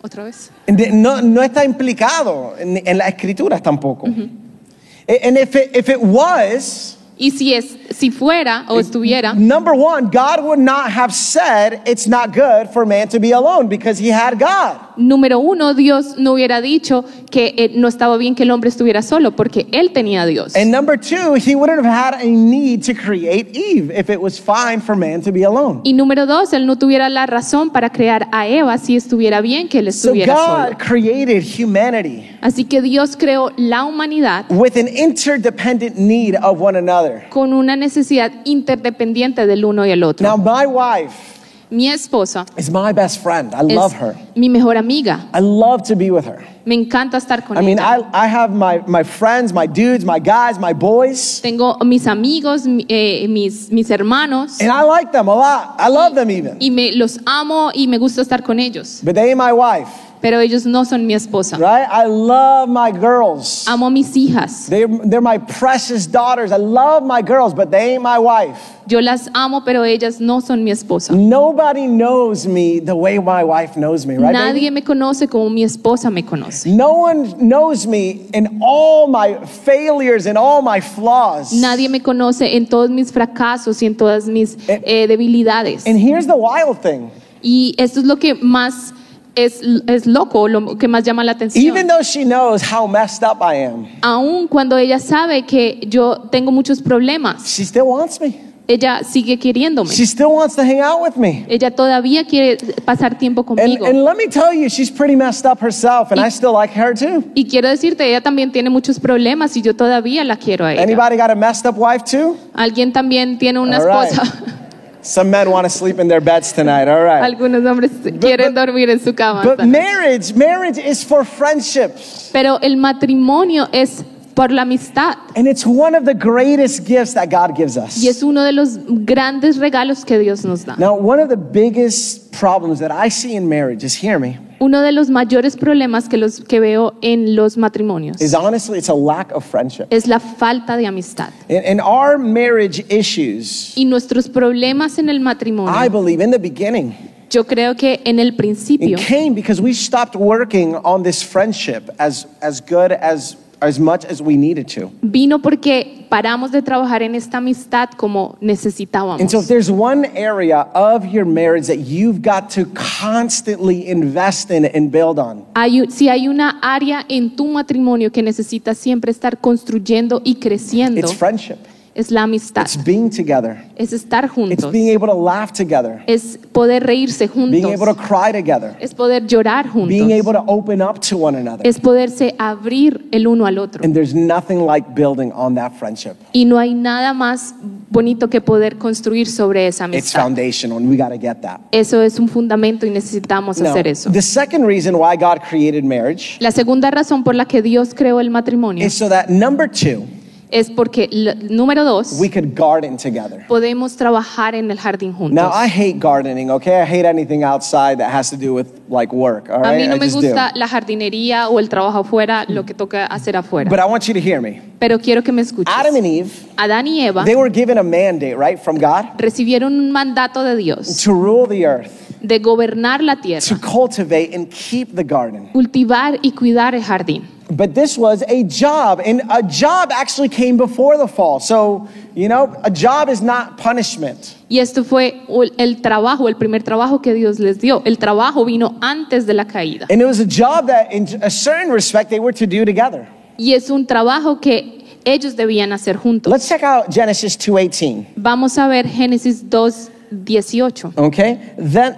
Speaker 2: otra vez.
Speaker 1: De- No, no está implicado en, en las escrituras tampoco. A- And if it, if it was,
Speaker 2: Y si es, si fuera o estuviera,
Speaker 1: number one, God would not have said it's not good for man to be alone because he had God.
Speaker 2: número uno, Dios no hubiera dicho que eh, no estaba bien que el hombre estuviera solo, porque él tenía a Dios.
Speaker 1: And number two, he wouldn't have had a need to create Eve if it was fine for man to be alone.
Speaker 2: Y número dos, él no tuviera la razón para crear a Eva si estuviera bien que él
Speaker 1: So
Speaker 2: estuviera solo.
Speaker 1: God created humanity
Speaker 2: Así que Dios creó la humanidad
Speaker 1: with an interdependent need of one another.
Speaker 2: con una necesidad interdependiente del uno y el otro.
Speaker 1: Now, my wife
Speaker 2: Mi esposa
Speaker 1: is my best friend. I
Speaker 2: es
Speaker 1: love her.
Speaker 2: mi mejor amiga.
Speaker 1: I love to be with her.
Speaker 2: Me encanta estar con
Speaker 1: I mean,
Speaker 2: ella.
Speaker 1: I, I have my, my friends, my dudes, my guys, my boys,
Speaker 2: Tengo mis amigos, mi- eh, mis, mis hermanos,
Speaker 1: and I like them a lot. I love them even.
Speaker 2: y me los amo y me gusta estar con ellos.
Speaker 1: But they ain't my wife,
Speaker 2: pero ellos no son mi esposa.
Speaker 1: right? I love my girls.
Speaker 2: Amo a mis hijas.
Speaker 1: They're, they're my precious daughters. I love my girls, but they ain't my wife.
Speaker 2: Yo las amo, pero ellas no son mi esposa.
Speaker 1: Nobody knows me the way my wife knows me, right? baby?
Speaker 2: Nadie me conoce como mi esposa me conoce.
Speaker 1: No one knows me in all my failures and all my flaws.
Speaker 2: Nadie me conoce en todos mis fracasos y en todas mis
Speaker 1: Eh,
Speaker 2: eh, debilidades.
Speaker 1: And here's the wild thing.
Speaker 2: Y esto es lo que más es, es loco, lo que más llama la
Speaker 1: Even
Speaker 2: atención.
Speaker 1: though she knows how messed up I am,
Speaker 2: Aún cuando ella sabe que yo tengo muchos problemas,
Speaker 1: she still wants me.
Speaker 2: ella sigue queriéndome.
Speaker 1: She still wants to hang out with me.
Speaker 2: Ella todavía quiere pasar tiempo
Speaker 1: And,
Speaker 2: conmigo.
Speaker 1: and let me tell you, she's pretty messed up herself, and I still like her too.
Speaker 2: Y quiero decirte, ella también tiene muchos problemas y yo todavía la quiero a ella.
Speaker 1: Anybody got a messed up wife too?
Speaker 2: Alguien también tiene una
Speaker 1: All right.
Speaker 2: esposa.
Speaker 1: Some men want to sleep in their beds tonight, all right.
Speaker 2: Algunos hombres quieren dormir en su cama.
Speaker 1: But
Speaker 2: ¿sabes?
Speaker 1: marriage, marriage is for friendships.
Speaker 2: Pero el matrimonio es por la amistad
Speaker 1: And it's one of the greatest gifts that God gives us.
Speaker 2: y es uno de los grandes regalos que Dios nos da.
Speaker 1: Now, one of the biggest problems that I see in marriage is hear me,
Speaker 2: Uno de los mayores problemas que, los, que veo en los matrimonios
Speaker 1: is honestly, it's a lack of friendship.
Speaker 2: es la falta de amistad.
Speaker 1: In, in our marriage issues,
Speaker 2: Y nuestros problemas en el
Speaker 1: I
Speaker 2: matrimonio,
Speaker 1: believe in the beginning,
Speaker 2: yo creo que en el principio
Speaker 1: it came because we stopped working on this friendship as, as good as, as much as we needed to.
Speaker 2: Vino porque paramos de trabajar en esta amistad como necesitábamos.
Speaker 1: And so, if there's one area of your marriage that you've got to constantly invest in and build on,
Speaker 2: Hay un- si hay una área en tu matrimonio que necesitas siempre estar construyendo y creciendo,
Speaker 1: it's friendship,
Speaker 2: es la amistad,
Speaker 1: it's being together,
Speaker 2: es estar
Speaker 1: it's
Speaker 2: juntos,
Speaker 1: being able to laugh together,
Speaker 2: es poder reírse
Speaker 1: being able to
Speaker 2: juntos,
Speaker 1: cry together,
Speaker 2: es poder llorar
Speaker 1: being able to
Speaker 2: juntos,
Speaker 1: open up to one another.
Speaker 2: es poderse abrir el uno al otro.
Speaker 1: And there's nothing like building on that friendship.
Speaker 2: Y no hay nada más bonito que poder construir sobre esa
Speaker 1: It's
Speaker 2: amistad.
Speaker 1: foundational, and we got to get that.
Speaker 2: Eso es un fundamento y necesitamos
Speaker 1: Now,
Speaker 2: hacer eso.
Speaker 1: the second reason why God created marriage
Speaker 2: La segunda razón por la que Dios creó el matrimonio
Speaker 1: is so that number two,
Speaker 2: es porque, lo- número dos,
Speaker 1: we could garden together.
Speaker 2: podemos trabajar en el jardín juntos.
Speaker 1: Now I hate gardening, okay? I hate anything outside that has to do with like work, all
Speaker 2: A
Speaker 1: right?
Speaker 2: mí
Speaker 1: I
Speaker 2: no me
Speaker 1: just
Speaker 2: gusta la jardinería o el trabajo afuera, lo que toca hacer
Speaker 1: do.
Speaker 2: afuera.
Speaker 1: But I want you to hear me.
Speaker 2: Pero quiero que me escuches.
Speaker 1: Adam and Eve,
Speaker 2: Adán y Eva
Speaker 1: they were given a mandate, right, from God
Speaker 2: recibieron un mandato de Dios
Speaker 1: to rule the earth,
Speaker 2: de gobernar la
Speaker 1: to
Speaker 2: tierra,
Speaker 1: cultivate and keep the garden.
Speaker 2: cultivar y cuidar el jardín.
Speaker 1: But this was a job, and a job actually came before the fall. So, you know, a job is not punishment.
Speaker 2: Y esto fue el- el trabajo, el primer trabajo que Dios les dio. El trabajo vino antes de la caída.
Speaker 1: And it was a job that, in a certain respect, they were to do together.
Speaker 2: Y es un trabajo que ellos debían hacer juntos.
Speaker 1: Let's check out Genesis 2:18.
Speaker 2: Vamos a ver Génesis 2, 18.
Speaker 1: Okay? Then,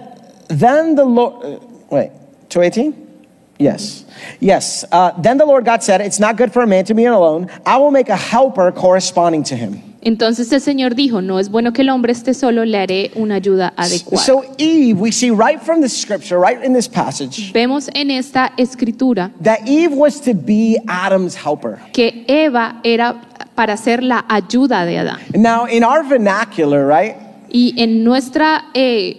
Speaker 1: then the Lord, uh, wait, 218? Yes. Yes. Uh, then the Lord God said, It's not good for a man to be alone. I will make a helper corresponding to him.
Speaker 2: Entonces el Señor dijo, no es bueno que el hombre esté solo, le haré una ayuda adecuada.
Speaker 1: So, Eve, we see right from the scripture, right in this passage,
Speaker 2: Vemos en esta escritura
Speaker 1: that Eve was to be Adam's helper.
Speaker 2: que Eva era para ser la ayuda de Adán.
Speaker 1: Now, in our vernacular, right?
Speaker 2: Y en nuestra eh,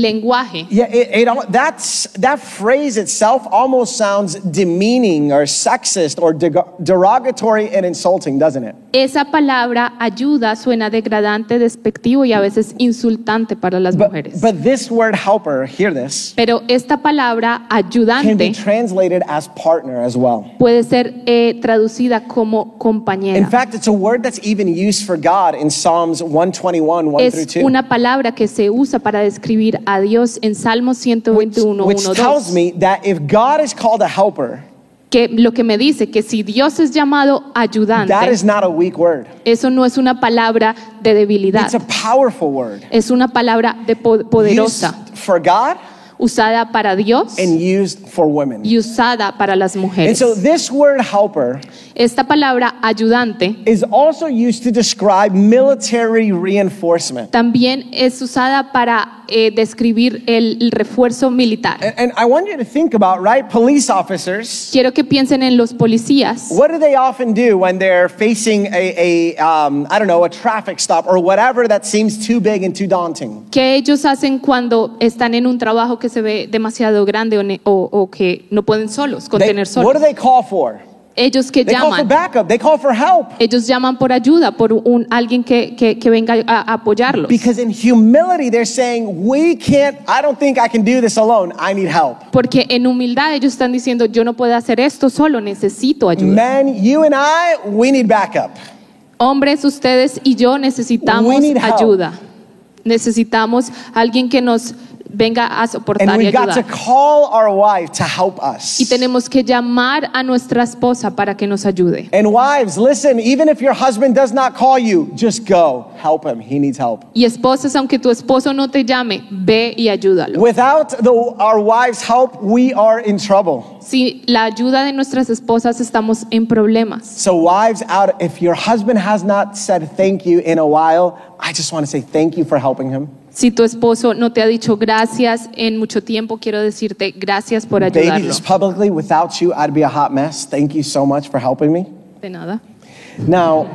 Speaker 2: lenguaje,
Speaker 1: Yeah, it, it, al- that's, that phrase itself almost sounds demeaning or sexist or deg- derogatory and insulting, doesn't it?
Speaker 2: esa palabra ayuda suena degradante, despectivo y a veces insultante para las
Speaker 1: But,
Speaker 2: mujeres.
Speaker 1: but this word helper, hear this,
Speaker 2: Pero esta palabra
Speaker 1: can be
Speaker 2: ayudante
Speaker 1: translated as partner as well.
Speaker 2: puede ser eh, traducida como
Speaker 1: In
Speaker 2: compañera.
Speaker 1: fact, it's a word that's even used for God in Psalms 121, 1 through
Speaker 2: Es
Speaker 1: 2.
Speaker 2: una palabra que se usa para describir a Dios en Salmo 121,
Speaker 1: Which
Speaker 2: 1,
Speaker 1: tells
Speaker 2: 2,
Speaker 1: me that if God is called a helper,
Speaker 2: que lo que me dice que si Dios es llamado ayudante,
Speaker 1: that is not a weak word.
Speaker 2: eso no es una palabra de debilidad,
Speaker 1: It's a powerful word.
Speaker 2: es una palabra de po- poderosa,
Speaker 1: Used for God
Speaker 2: usada para Dios
Speaker 1: and used for women.
Speaker 2: y usada para las
Speaker 1: And
Speaker 2: mujeres.
Speaker 1: so this word helper
Speaker 2: Esta palabra ayudante
Speaker 1: is also used to describe military reinforcement.
Speaker 2: también es usada para eh, describir el, el refuerzo militar.
Speaker 1: And, and I want you to think about, right? Police officers.
Speaker 2: Quiero que piensen en los policías.
Speaker 1: What do they often do when they're facing a, a um, I don't know, a traffic stop or whatever that seems too big and too daunting?
Speaker 2: ¿Qué ellos hacen cuando están en un trabajo que se ve demasiado grande o, ne- o- o que no pueden solos,
Speaker 1: They-
Speaker 2: contener
Speaker 1: what do
Speaker 2: solos?
Speaker 1: they call for?
Speaker 2: Ellos que
Speaker 1: They call for
Speaker 2: llaman,
Speaker 1: backup. They call for help.
Speaker 2: ellos llaman por ayuda, por un, alguien que, que- que venga a apoyarlos.
Speaker 1: Because in humility, they're saying, we can't, I don't think I can do this alone. I need help.
Speaker 2: Porque en humildad ellos están diciendo, yo no puedo hacer esto solo, necesito
Speaker 1: Mm.
Speaker 2: ayuda.
Speaker 1: Men, you and I, we need backup.
Speaker 2: Hombres, ustedes y yo necesitamos
Speaker 1: We need help.
Speaker 2: ayuda. Necesitamos alguien que nos venga a
Speaker 1: And
Speaker 2: soportar y
Speaker 1: we got to
Speaker 2: ayudar.
Speaker 1: call our wife to help
Speaker 2: Y
Speaker 1: us.
Speaker 2: tenemos que llamar a nuestra esposa para que nos ayude.
Speaker 1: And wives, listen, even if your husband does not call you, just go. Help him. He needs help.
Speaker 2: Y esposas, aunque tu esposo no te llame, ve y ayúdalo.
Speaker 1: Without the, our wives' help, we are in trouble.
Speaker 2: Si la ayuda de nuestras esposas estamos en problemas.
Speaker 1: So, wives out, if your husband has not said thank you in a while, I just want to say thank you for helping him.
Speaker 2: Si tu esposo no te ha dicho gracias en mucho tiempo, quiero decirte gracias por
Speaker 1: Baby,
Speaker 2: ayudarlo.
Speaker 1: just publicly, without you, I'd be a hot mess. Thank you so much for helping me.
Speaker 2: De nada.
Speaker 1: Now,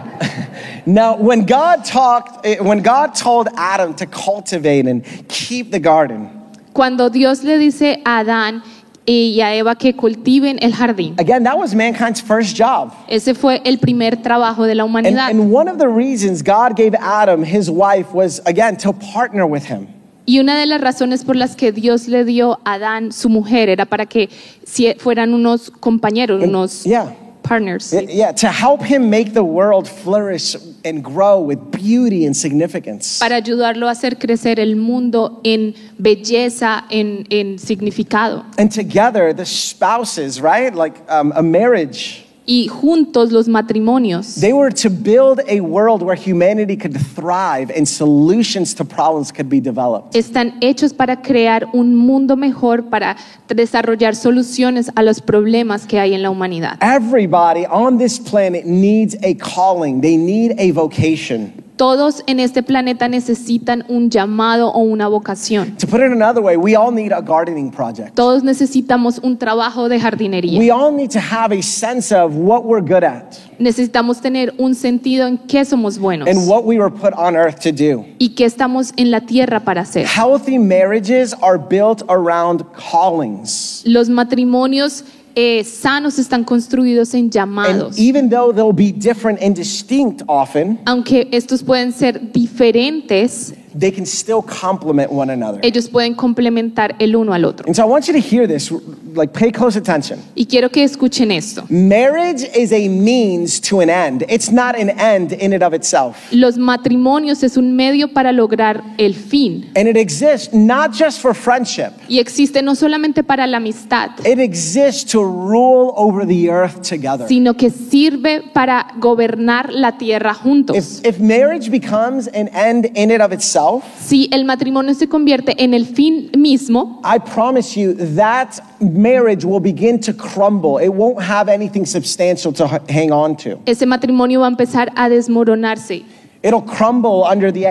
Speaker 1: now when God talked, eh, when God told Adam to cultivate and keep the garden,
Speaker 2: Cuando Dios le dice a Adán y a Eva que cultiven el jardín,
Speaker 1: again, that was mankind's first job.
Speaker 2: ese fue el primer trabajo de la
Speaker 1: And,
Speaker 2: humanidad.
Speaker 1: and one of the reasons God gave Adam his wife was, again, to partner with him.
Speaker 2: Y una de las razones por las que Dios le dio a Adán su mujer era para que si- fueran unos compañeros, unos
Speaker 1: Yeah. Eh,
Speaker 2: partners.
Speaker 1: Yeah, to help him make the world flourish and grow with beauty and significance.
Speaker 2: para ayudarlo a hacer crecer el mundo en belleza, en, en significado.
Speaker 1: And together, the spouses, right? Like um, a marriage.
Speaker 2: Y juntos los matrimonios
Speaker 1: They were to build a world where humanity could thrive and solutions to problems could be developed.
Speaker 2: están hechos para crear un mundo mejor, para desarrollar soluciones a los problemas que hay en la humanidad.
Speaker 1: Everybody on this planet needs a calling, they need a vocation.
Speaker 2: Todos en este planeta necesitan un llamado o una vocación.
Speaker 1: To put it another way, we all need a gardening project.
Speaker 2: Todos necesitamos un trabajo de jardinería.
Speaker 1: We all need to have a sense of what we're good at
Speaker 2: Necesitamos tener un sentido en qué somos buenos
Speaker 1: and what we were put on earth to do.
Speaker 2: y qué estamos en la tierra para hacer.
Speaker 1: Healthy marriages are built around callings.
Speaker 2: Los matrimonios eh, sanos están construidos en llamados.
Speaker 1: And even though they'll be different and distinct often,
Speaker 2: Aunque estos pueden ser diferentes,
Speaker 1: they can still complement one another.
Speaker 2: ellos pueden complementar el uno al otro.
Speaker 1: And so I want you to hear this, like pay close attention.
Speaker 2: Y quiero que escuchen esto.
Speaker 1: Marriage is a means to an end. It's not an end in and of itself.
Speaker 2: Los matrimonios es un medio para lograr el fin
Speaker 1: And it exists not just for friendship.
Speaker 2: y existe no solamente para la amistad,
Speaker 1: It exists to rule over the earth together.
Speaker 2: sino que sirve para gobernar la tierra juntos.
Speaker 1: If, if marriage becomes an end in and of itself,
Speaker 2: Si el matrimonio se convierte en el fin mismo,
Speaker 1: I promise you that marriage will begin to crumble. It won't have anything substantial to h- hang on to.
Speaker 2: ese matrimonio va a empezar a desmoronarse.
Speaker 1: It'll crumble under the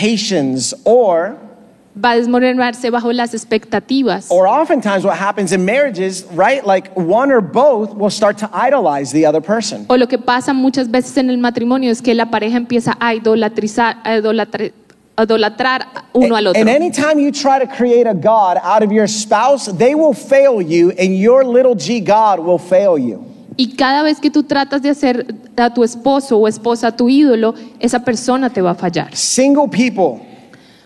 Speaker 1: expectations or
Speaker 2: Va a desmoronarse bajo las expectativas.
Speaker 1: Or oftentimes, what happens in marriages, right? Like one or both will start to idolize the other person.
Speaker 2: O lo que pasa muchas veces en el matrimonio es que la pareja empieza a idolatrizar, a idolatre- a idolatrar uno al otro.
Speaker 1: And anytime you try to create a God out of your spouse, they will fail you, and your little g God will fail you.
Speaker 2: Y cada vez que tú tratas de hacer a tu esposo o esposa tu ídolo, esa persona te va a fallar.
Speaker 1: Single people,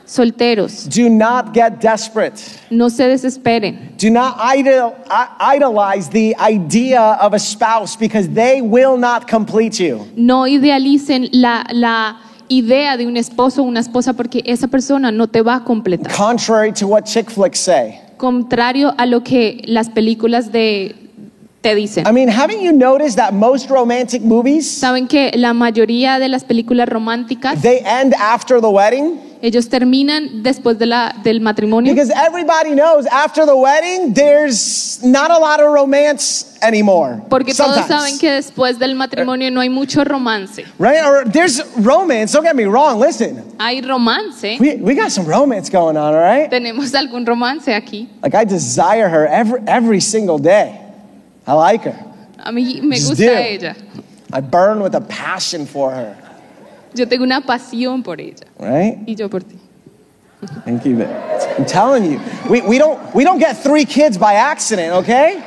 Speaker 2: Solteros,
Speaker 1: do not get desperate.
Speaker 2: no se desesperen.
Speaker 1: Do not idol- i- idolize the idea of a spouse because they will not complete you.
Speaker 2: No idealicen la, la idea de un esposo o una esposa porque esa persona no te va a completar.
Speaker 1: Contrary to what chick flicks say.
Speaker 2: Contrario a lo que las películas de, te dicen.
Speaker 1: I mean, haven't you noticed that most romantic movies,
Speaker 2: Saben que la mayoría de las películas románticas
Speaker 1: they end after the wedding?
Speaker 2: Ellos terminan después de la, del matrimonio
Speaker 1: Because everybody knows after the wedding, there's not a lot of romance anymore.
Speaker 2: porque
Speaker 1: Sometimes.
Speaker 2: todos saben que después del matrimonio no hay mucho romance.
Speaker 1: Right? Or there's romance. Don't get me wrong. Listen,
Speaker 2: Hay romance,
Speaker 1: we, we got some romance going on, all right?
Speaker 2: tenemos algún romance aquí.
Speaker 1: Like, I desire her every, every single day. I like her.
Speaker 2: A mí me
Speaker 1: Just
Speaker 2: gusta
Speaker 1: do.
Speaker 2: ella.
Speaker 1: I burn with a passion for her,
Speaker 2: Yo tengo una pasión por ella
Speaker 1: right?
Speaker 2: y yo por ti.
Speaker 1: Thank you. babe. I'm telling you, we, we, don't, we don't get three kids by accident, okay?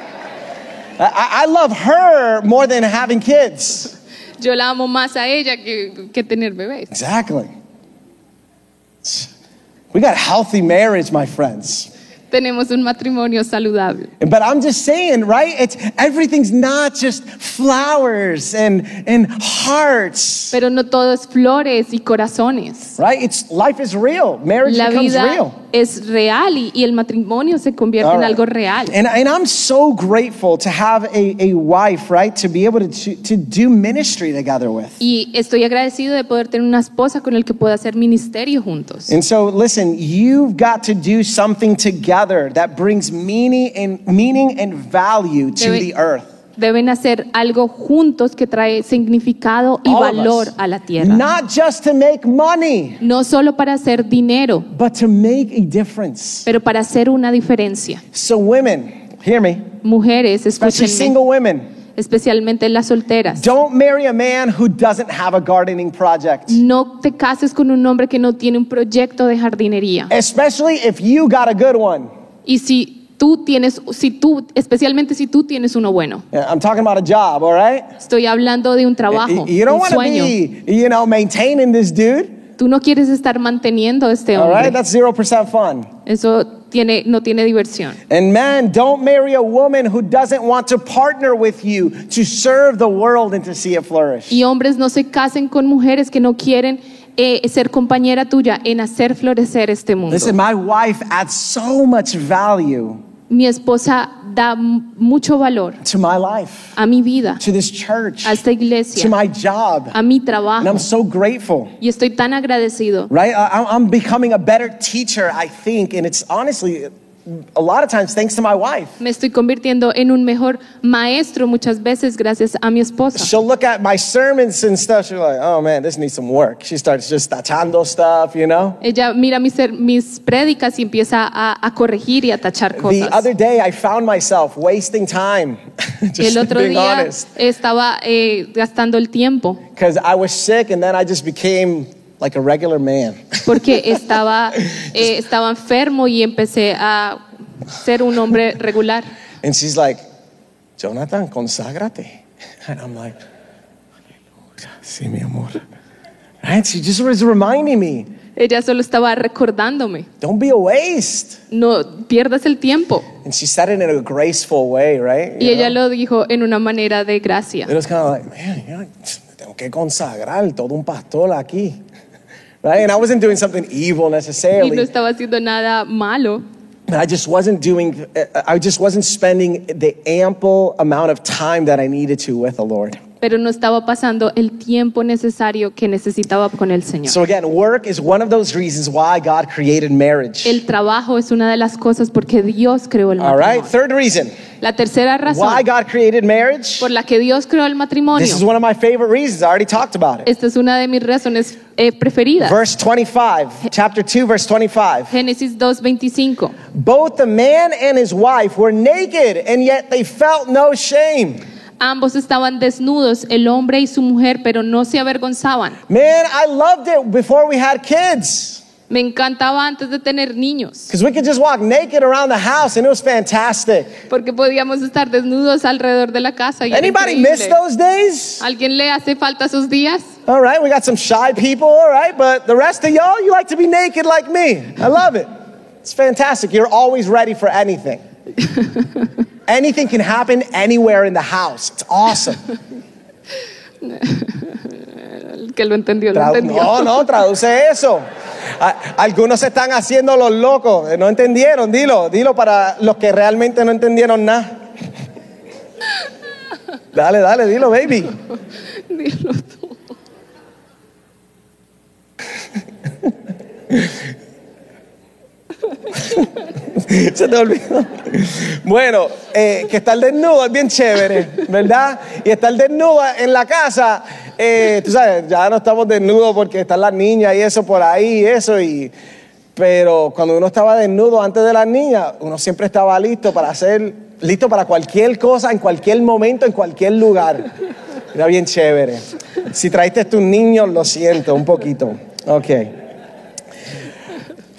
Speaker 1: I- I, I love her more than having kids.
Speaker 2: Yo la amo más a ella que, que tener bebés.
Speaker 1: Exactly. We got healthy marriage, my friends.
Speaker 2: Tenemos un matrimonio saludable.
Speaker 1: But I'm just saying, right? It's everything's not just flowers and and hearts,
Speaker 2: Pero no todo es flores y corazones.
Speaker 1: right? It's life is real. Marriage
Speaker 2: La
Speaker 1: becomes
Speaker 2: vida
Speaker 1: real.
Speaker 2: es real y, y el matrimonio se convierte
Speaker 1: All
Speaker 2: en
Speaker 1: right.
Speaker 2: algo real.
Speaker 1: And, and I'm so grateful to have a, a wife, right? To be able to, to, to do ministry together with.
Speaker 2: Y estoy agradecido de poder tener una esposa con el que pueda hacer ministerio juntos.
Speaker 1: And so, listen, you've got to do something together that brings meaning and, meaning and value to
Speaker 2: Debe-
Speaker 1: the earth.
Speaker 2: Deben hacer algo juntos que trae significado y
Speaker 1: All of
Speaker 2: valor
Speaker 1: us.
Speaker 2: a la tierra.
Speaker 1: Not just to make money,
Speaker 2: No solo para hacer dinero,
Speaker 1: but to make a difference.
Speaker 2: pero para hacer una diferencia.
Speaker 1: So, women, hear me,
Speaker 2: Mujeres,
Speaker 1: especially
Speaker 2: escúchenme,
Speaker 1: single women,
Speaker 2: especialmente las solteras.
Speaker 1: don't marry a man who doesn't have a gardening project,
Speaker 2: No te cases con un hombre que no tiene un proyecto de jardinería.
Speaker 1: Eh. especially if you got a good one.
Speaker 2: Y si tú tienes, si tú, especialmente si tú tienes uno bueno.
Speaker 1: Yeah, I'm talking about a job, all right?
Speaker 2: Estoy hablando de un trabajo,
Speaker 1: You- you don't
Speaker 2: un
Speaker 1: want to
Speaker 2: sueño.
Speaker 1: be, you know, maintaining this dude,
Speaker 2: Tú no quieres estar manteniendo a este
Speaker 1: all
Speaker 2: hombre.
Speaker 1: right? That's 0% fun.
Speaker 2: Eso tiene, no tiene diversión.
Speaker 1: And man, don't marry a woman who doesn't want to partner with you to serve the world and to see it flourish.
Speaker 2: Y hombres no se casen con mujeres que no quieren eh, ser compañera tuya en hacer florecer este mundo.
Speaker 1: Listen, my wife adds so much value
Speaker 2: Mi esposa da m- mucho valor
Speaker 1: to my life,
Speaker 2: a mi vida,
Speaker 1: to this church,
Speaker 2: a esta
Speaker 1: to
Speaker 2: iglesia,
Speaker 1: my job.
Speaker 2: a mi
Speaker 1: And I'm
Speaker 2: trabajo.
Speaker 1: so grateful.
Speaker 2: Y estoy tan agradecido.
Speaker 1: right? I, I'm- I'm becoming a better teacher, I think, and it's honestly a lot of times thanks to my wife.
Speaker 2: Me estoy convirtiendo en un mejor maestro muchas veces gracias a mi esposa.
Speaker 1: She'll look at my sermons and stuff. She'll be like, "Oh man, this needs some work." She starts just tachando stuff, you know.
Speaker 2: Ella mira mis, ser- mis prédicas y empieza a, a corregir y a tachar
Speaker 1: The
Speaker 2: cosas.
Speaker 1: other day, I found myself wasting time, just
Speaker 2: El otro
Speaker 1: being
Speaker 2: día
Speaker 1: honest,
Speaker 2: estaba eh, gastando el tiempo
Speaker 1: because I was sick, and then I just became like a regular man.
Speaker 2: porque estaba, eh, estaba enfermo y empecé a ser un hombre regular.
Speaker 1: And she's like, Jonathan, conságrate. And I'm like, sí, mi amor. Right? She just was reminding me,
Speaker 2: Ella solo estaba recordándome,
Speaker 1: don't be a waste.
Speaker 2: no pierdas el tiempo.
Speaker 1: And she said it in a graceful way, right?
Speaker 2: Y
Speaker 1: You
Speaker 2: ella
Speaker 1: know?
Speaker 2: lo dijo en una manera de gracia.
Speaker 1: It was kind of like, man, you know, me tengo que consagrar todo un pastor aquí. Right? And I wasn't doing something evil
Speaker 2: Y no
Speaker 1: necessarily.
Speaker 2: estaba haciendo nada malo.
Speaker 1: But I just wasn't doing, I just wasn't spending the ample amount of time that I needed to with the Lord.
Speaker 2: pero no estaba pasando el tiempo necesario que necesitaba con el Señor.
Speaker 1: So again, work is one of those reasons why God created marriage.
Speaker 2: el trabajo es una de las cosas porque Dios creó el
Speaker 1: All right.
Speaker 2: matrimonio.
Speaker 1: Third reason
Speaker 2: La tercera
Speaker 1: why
Speaker 2: razón
Speaker 1: God created marriage.
Speaker 2: por la que Dios creó el
Speaker 1: This is
Speaker 2: matrimonio,
Speaker 1: one of my favorite reasons. I already talked about it.
Speaker 2: esta es una de mis razones eh, preferidas.
Speaker 1: Verse 25, chapter 2, verse 25.
Speaker 2: Génesis 2.25.
Speaker 1: Both the man and his wife were naked, and yet they felt no shame.
Speaker 2: Ambos estaban desnudos, el hombre y su mujer, pero no se avergonzaban.
Speaker 1: Man, I loved it before we had kids.
Speaker 2: Me encantaba antes de tener niños,
Speaker 1: Because we could just walk naked around the house and it was fantastic.
Speaker 2: porque podíamos estar desnudos alrededor de la casa. y era
Speaker 1: Anybody
Speaker 2: increíble.
Speaker 1: miss those days?
Speaker 2: ¿Alguien le hace falta esos días?
Speaker 1: All right, we got some shy people, all right, but the rest of y'all, you like to be naked like me. I love it. It's fantastic. You're always ready for anything. anything can happen anywhere in the house. It's awesome.
Speaker 2: El que lo entendió, lo
Speaker 1: Tradu-
Speaker 2: entendió.
Speaker 1: no, no, traduce eso. A- algunos se están haciendo los locos, eh, no entendieron, dilo, dilo para los que realmente no entendieron nada. Dale, dale, dilo, baby.
Speaker 2: Dilo tú.
Speaker 1: Se te olvidó. Bueno, eh, que estar desnudo es bien chévere, ¿verdad? Y estar desnuda en la casa, eh, tú sabes, ya no estamos desnudos porque están las niñas y eso por ahí y eso. Y, pero cuando uno estaba desnudo antes de las niñas, uno siempre estaba listo para hacer, listo para cualquier cosa, en cualquier momento, en cualquier lugar. Era bien chévere. Si traiste tus niños, lo siento un poquito. Ok.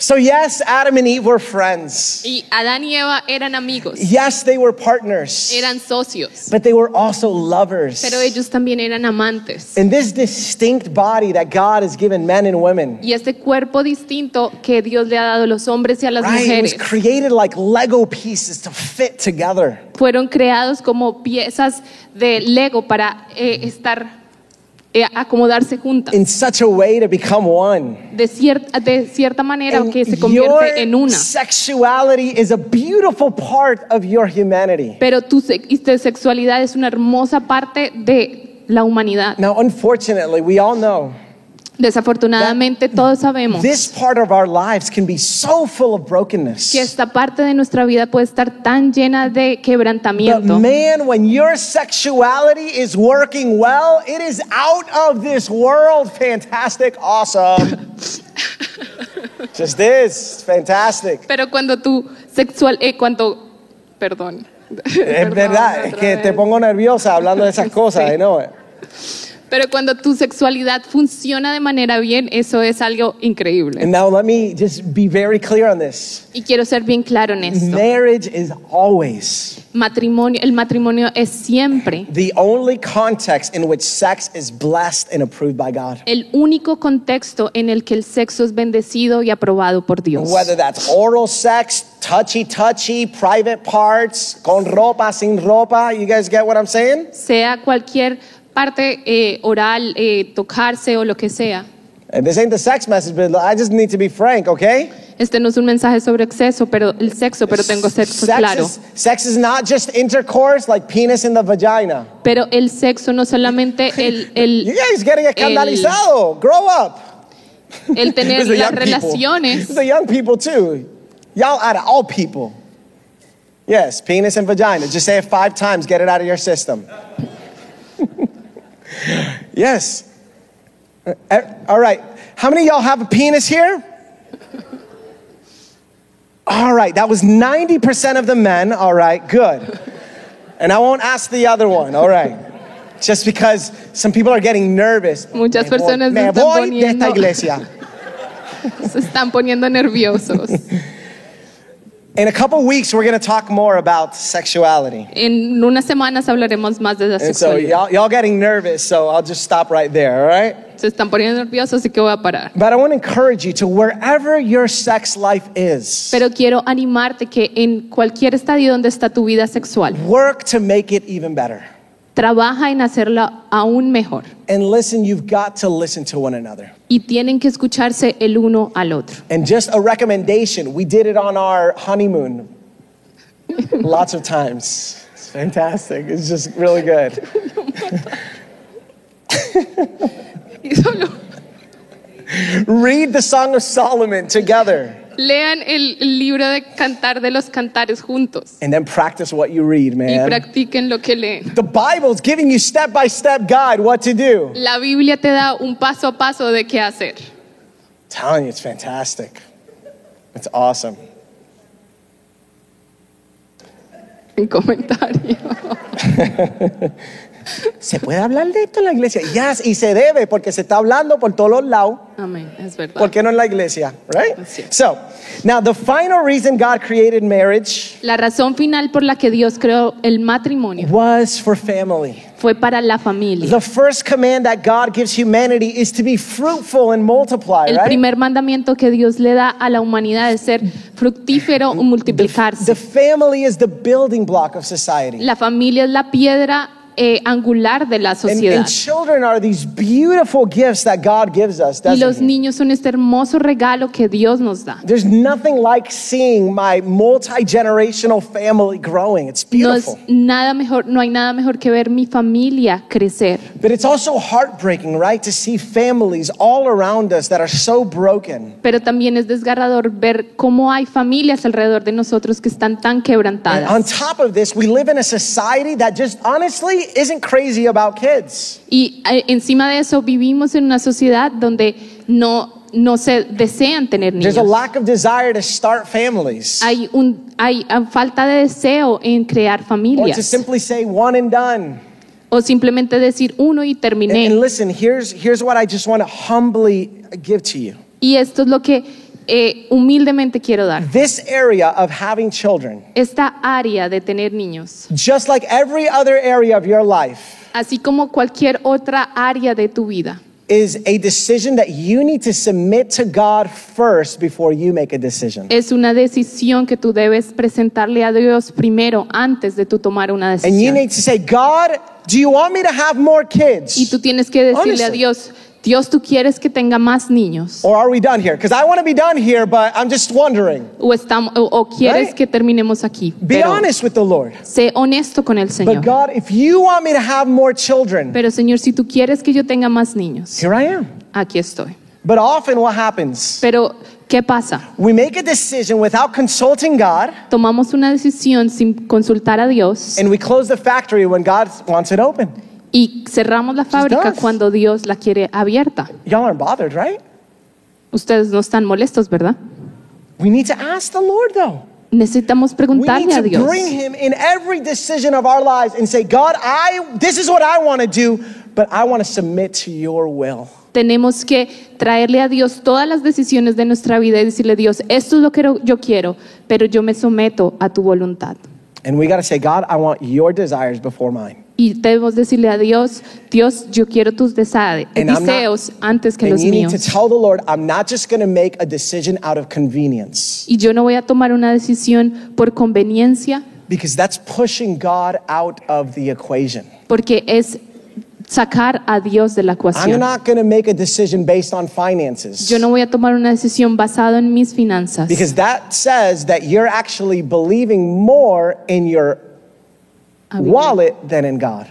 Speaker 1: So yes, Adam and Eve were friends.
Speaker 2: Y Adán y Eva eran amigos,
Speaker 1: Yes, they were partners,
Speaker 2: eran socios,
Speaker 1: but they were also lovers.
Speaker 2: pero ellos también eran amantes.
Speaker 1: In this distinct body that God has given men and women,
Speaker 2: Y este cuerpo distinto que Dios le ha dado a los hombres y a las
Speaker 1: right? It was
Speaker 2: mujeres
Speaker 1: created like Lego pieces to fit together.
Speaker 2: fueron creados como piezas de Lego para eh, estar, eh, acomodarse juntas.
Speaker 1: In such a way to become one.
Speaker 2: De, cierta de cierta manera
Speaker 1: And
Speaker 2: que se
Speaker 1: your
Speaker 2: convierte en una.
Speaker 1: sexuality is a beautiful part of your humanity.
Speaker 2: Pero tu, se- y tu sexualidad es una hermosa parte de la humanidad.
Speaker 1: Now, unfortunately, we all know
Speaker 2: Desafortunadamente todos sabemos
Speaker 1: this part of our lives can be so full of brokenness.
Speaker 2: que esta parte de nuestra vida puede estar tan llena de
Speaker 1: But
Speaker 2: quebrantamiento.
Speaker 1: man, when your sexuality is working well, it is out of this world. Fantastic, awesome. Just this, fantastic.
Speaker 2: Pero cuando tu sexual, eh, cuando, perdón.
Speaker 1: Es
Speaker 2: Perdón,
Speaker 1: verdad,
Speaker 2: otra
Speaker 1: es que
Speaker 2: vez.
Speaker 1: te pongo nerviosa hablando de esas cosas, I know it.
Speaker 2: Pero cuando tu sexualidad funciona de manera bien, eso es algo increíble.
Speaker 1: And now let me just be very clear on this.
Speaker 2: Y quiero ser bien claro en esto.
Speaker 1: Marriage is always
Speaker 2: Matrimonio, el matrimonio es siempre
Speaker 1: the only context in which sex is blessed and approved by God.
Speaker 2: el único contexto en el que el sexo es bendecido y aprobado por Dios.
Speaker 1: Whether that's oral sex, touchy touchy, private parts, con ropa, sin ropa, you guys get what I'm saying?
Speaker 2: Sea cualquier parte eh, oral, eh, tocarse o lo que sea.
Speaker 1: And this ain't the sex message, but I just need to be frank, okay?
Speaker 2: Este no es un mensaje sobre exceso, pero el sexo, pero tengo sexo
Speaker 1: sex,
Speaker 2: claro.
Speaker 1: is, sex is not just intercourse like penis in the vagina.
Speaker 2: Pero el sexo no solamente el,
Speaker 1: You
Speaker 2: el,
Speaker 1: guys getting escandalizado. Grow up.
Speaker 2: el tener
Speaker 1: These are
Speaker 2: las
Speaker 1: young people.
Speaker 2: relaciones.
Speaker 1: These are young people too. Y'all out of all people. Yes, penis and vagina. Just say it five times. Get it out of your system. yes. Eh, All right. How many of y'all have a penis here? All right. That was 90% of the men. All right. Good. And I won't ask the other one. All right. Just because some people are getting nervous.
Speaker 2: Muchas
Speaker 1: Me voy-
Speaker 2: personas
Speaker 1: me
Speaker 2: están
Speaker 1: voy de esta
Speaker 2: poniendo-
Speaker 1: iglesia.
Speaker 2: Se están poniendo nerviosos.
Speaker 1: In a couple weeks, we're going to talk more about sexuality.
Speaker 2: En unas semanas hablaremos más de la
Speaker 1: And so
Speaker 2: sexualidad.
Speaker 1: y'all, y'all getting nervous, so I'll just stop right there, all right?
Speaker 2: Se están poniendo nerviosos, así que voy a parar.
Speaker 1: But I want to encourage you to wherever your sex life is,
Speaker 2: Pero quiero animarte que en cualquier estadio donde está tu vida sexual,
Speaker 1: work to make it even better.
Speaker 2: trabaja en hacerla aún mejor.
Speaker 1: And listen, you've got to listen to one another.
Speaker 2: Y tienen que escucharse el uno al otro.
Speaker 1: And just a recommendation we did it on our honeymoon lots of times. It's fantastic. It's just really good.
Speaker 2: Y solo
Speaker 1: Read the Song of Solomon together
Speaker 2: lean el libro de Cantar de los Cantares juntos
Speaker 1: and then practice what you read,
Speaker 2: y
Speaker 1: man.
Speaker 2: practiquen lo que leen.
Speaker 1: The Bible's giving you step by step guide what to do. I'm
Speaker 2: La Biblia te da un paso a paso de qué hacer.
Speaker 1: telling you, it's fantastic. It's awesome.
Speaker 2: En comentario.
Speaker 1: ¿Se puede hablar de esto en la iglesia? Yes, y se debe porque se está hablando por todos los lados.
Speaker 2: Amén, es verdad.
Speaker 1: ¿Por qué no en la iglesia?
Speaker 2: Así
Speaker 1: Right?
Speaker 2: es.
Speaker 1: So, now the final reason God created marriage
Speaker 2: La razón final por la que Dios creó el matrimonio
Speaker 1: was for family.
Speaker 2: fue para la familia.
Speaker 1: The first command that God gives humanity is to be fruitful and multiply,
Speaker 2: El
Speaker 1: right?
Speaker 2: primer mandamiento que Dios le da a la humanidad es ser fructífero o multiplicarse.
Speaker 1: The family is the building block of society.
Speaker 2: La familia es la piedra eh, angular de la
Speaker 1: And, and
Speaker 2: sociedad.
Speaker 1: children are these beautiful gifts that God gives us,
Speaker 2: Y
Speaker 1: doesn't
Speaker 2: los
Speaker 1: he?
Speaker 2: niños son este hermoso regalo que Dios nos da.
Speaker 1: There's nothing like seeing my multi generational family growing. It's
Speaker 2: No, es
Speaker 1: beautiful.
Speaker 2: nada mejor, no hay nada mejor que ver mi familia crecer.
Speaker 1: But it's also heartbreaking, right? To see families all around us that are so broken.
Speaker 2: Pero también es desgarrador ver cómo hay familias alrededor de nosotros que están tan
Speaker 1: And on
Speaker 2: quebrantadas.
Speaker 1: top of this, we live in a society that just honestly isn't crazy about kids.
Speaker 2: Y eh, encima de eso vivimos en una sociedad donde no, no se desean tener
Speaker 1: There's a
Speaker 2: niños.
Speaker 1: lack of desire to start families
Speaker 2: Hay, un, hay ah, falta de deseo en crear
Speaker 1: or to
Speaker 2: familias
Speaker 1: simply say one and done.
Speaker 2: o simplemente decir uno y
Speaker 1: And, and
Speaker 2: terminé.
Speaker 1: listen, here's, here's what I just want to humbly give to you
Speaker 2: Y esto es lo que eh, humildemente quiero dar.
Speaker 1: this area of having children,
Speaker 2: Esta área de tener niños,
Speaker 1: just like every other area of your life.
Speaker 2: así como cualquier otra área de tu vida,
Speaker 1: is a decision that you need to submit to God first before you make a decision.
Speaker 2: es una decisión que tú debes presentarle a Dios primero antes de tú tomar una
Speaker 1: And you
Speaker 2: decisión.
Speaker 1: need to say, God, do you want me to have more
Speaker 2: Y
Speaker 1: kids?
Speaker 2: tú tienes que decirle a
Speaker 1: Honestly.
Speaker 2: Dios, Dios, tú quieres que tenga más niños.
Speaker 1: Or are we done here? Because I want to be done here, but I'm just wondering.
Speaker 2: O, estamos, o, o quieres
Speaker 1: Right?
Speaker 2: que terminemos aquí.
Speaker 1: Be
Speaker 2: Pero
Speaker 1: honest with the Lord.
Speaker 2: sé honesto con el
Speaker 1: But
Speaker 2: Señor.
Speaker 1: God, if you want me to have more children,
Speaker 2: Pero Señor, si tú quieres que yo tenga más niños,
Speaker 1: here I am.
Speaker 2: aquí estoy.
Speaker 1: But often what happens?
Speaker 2: Pero, ¿qué pasa?
Speaker 1: We make a decision without consulting God,
Speaker 2: Tomamos una decisión sin consultar a Dios
Speaker 1: and we close the factory when God wants it open.
Speaker 2: y cerramos la fábrica
Speaker 1: does.
Speaker 2: cuando Dios la quiere abierta.
Speaker 1: Y'all aren't bothered, right?
Speaker 2: Ustedes no están molestos, ¿verdad?
Speaker 1: We need to ask the Lord, though.
Speaker 2: Necesitamos
Speaker 1: We need
Speaker 2: preguntarle a
Speaker 1: to
Speaker 2: Dios.
Speaker 1: bring him in every decision of our lives and say, God, I this is what I want to do, but I want to submit to your will.
Speaker 2: Tenemos que traerle a Dios todas las decisiones de nuestra vida y decirle, Dios, esto es lo que yo quiero, pero yo me someto a tu voluntad.
Speaker 1: And we got to say, God, I want your desires before mine.
Speaker 2: Y debemos decirle a Dios, Dios, yo quiero tus desa-
Speaker 1: And I'm not-
Speaker 2: deseos antes que
Speaker 1: And
Speaker 2: los
Speaker 1: you need to
Speaker 2: míos.
Speaker 1: tell the Lord, I'm not just going to make a decision out of convenience
Speaker 2: Y yo no voy a tomar una decisión por conveniencia,
Speaker 1: because that's pushing God out of the equation.
Speaker 2: porque es sacar a Dios de la
Speaker 1: I'm
Speaker 2: ecuación.
Speaker 1: not going to make a decision based on finances
Speaker 2: Yo no voy a tomar una decisión basada en mis finanzas,
Speaker 1: because that says that you're actually believing more in your wallet than in God.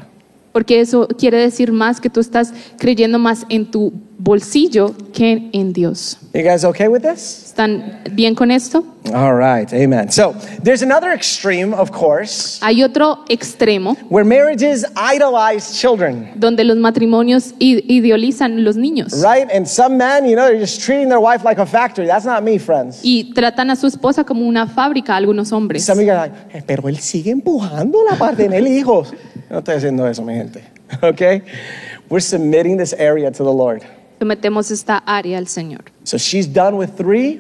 Speaker 2: porque eso quiere decir más que tú estás creyendo más en tu bolsillo que en Dios.
Speaker 1: You guys okay with this?
Speaker 2: ¿Están bien con esto?
Speaker 1: All right, amen. So there's another extreme, of course,
Speaker 2: Hay otro extremo
Speaker 1: where marriages idolize children,
Speaker 2: donde los matrimonios i- idealizan los niños
Speaker 1: right? And some men, you know, they're just treating their wife like a factory. That's not me, friends.
Speaker 2: y tratan a su esposa como una fábrica algunos hombres.
Speaker 1: Some of you are like, "Eh, pero él sigue empujando la parte en el hijo. No estoy haciendo eso, mi gente. Okay? We're submitting this area to the Lord.
Speaker 2: Sometemos esta área al Señor.
Speaker 1: So she's done with three,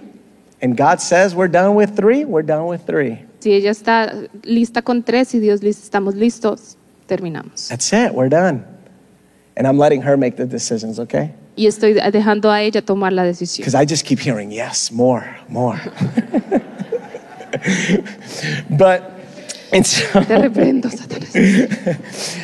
Speaker 1: and God says, We're done with three, we're done with three.
Speaker 2: Si ella está lista con tres y Dios dice estamos listos, terminamos.
Speaker 1: That's it, we're done. And I'm letting her make the decisions, okay?
Speaker 2: Y estoy dejando a ella tomar la decisión.
Speaker 1: Because I just keep hearing, Yes, more, more. but, and so,
Speaker 2: Te reprendo, Satanás.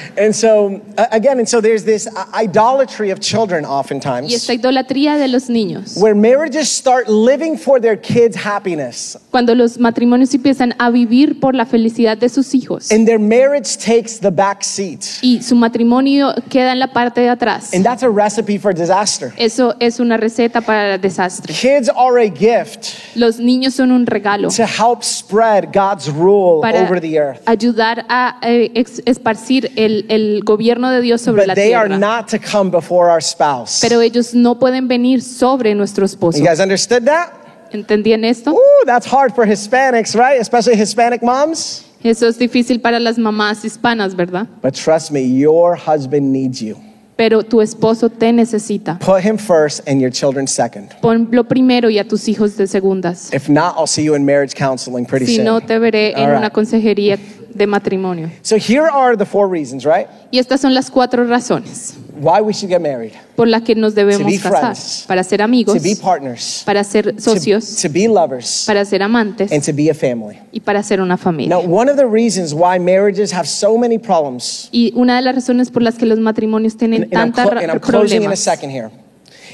Speaker 1: and so, uh, again, and so there's this uh, idolatry of children oftentimes.
Speaker 2: Y esta idolatría de los niños.
Speaker 1: where marriages start living for their kids' happiness
Speaker 2: Cuando los matrimonios empiezan a vivir por la felicidad de sus hijos
Speaker 1: and their marriage takes the back seat.
Speaker 2: y su matrimonio queda en la parte de atrás.
Speaker 1: And that's a recipe for disaster.
Speaker 2: Eso es una receta para el desastre.
Speaker 1: Kids are a gift
Speaker 2: Los niños son un regalo
Speaker 1: to help spread God's rule
Speaker 2: para
Speaker 1: over the earth,
Speaker 2: ayudar a eh, ex- esparcir el, el gobierno de Dios sobre
Speaker 1: but
Speaker 2: la
Speaker 1: they are
Speaker 2: tierra.
Speaker 1: not to come before our spouse.
Speaker 2: Pero ellos no pueden venir sobre nuestro esposo.
Speaker 1: You guys understood that?
Speaker 2: ¿Entendían esto?
Speaker 1: Ooh, that's hard for Hispanics, right? Especially Hispanic moms.
Speaker 2: Eso es difícil para las mamás hispanas, ¿verdad?
Speaker 1: But trust me, your husband needs you.
Speaker 2: Pero tu esposo te necesita.
Speaker 1: Put him first and your children second.
Speaker 2: Ponlo primero y a tus hijos de segundas.
Speaker 1: If not, I'll see you in marriage counseling pretty
Speaker 2: Si
Speaker 1: soon.
Speaker 2: no, te veré
Speaker 1: All
Speaker 2: en
Speaker 1: right.
Speaker 2: una consejería de matrimonio.
Speaker 1: So here are the four reasons, right?
Speaker 2: Y estas son las cuatro razones
Speaker 1: Why we should get married.
Speaker 2: por las que nos debemos
Speaker 1: be
Speaker 2: casar.
Speaker 1: friends.
Speaker 2: Para ser amigos,
Speaker 1: To be partners.
Speaker 2: para ser
Speaker 1: To,
Speaker 2: socios,
Speaker 1: to be lovers.
Speaker 2: para ser amantes
Speaker 1: And to be a family.
Speaker 2: y para ser una familia.
Speaker 1: Now, one of the reasons why marriages have so many problems,
Speaker 2: Y una de las razones por las que los matrimonios tienen
Speaker 1: and I'm,
Speaker 2: tantos
Speaker 1: clo- and I'm closing in a
Speaker 2: problemas
Speaker 1: second here,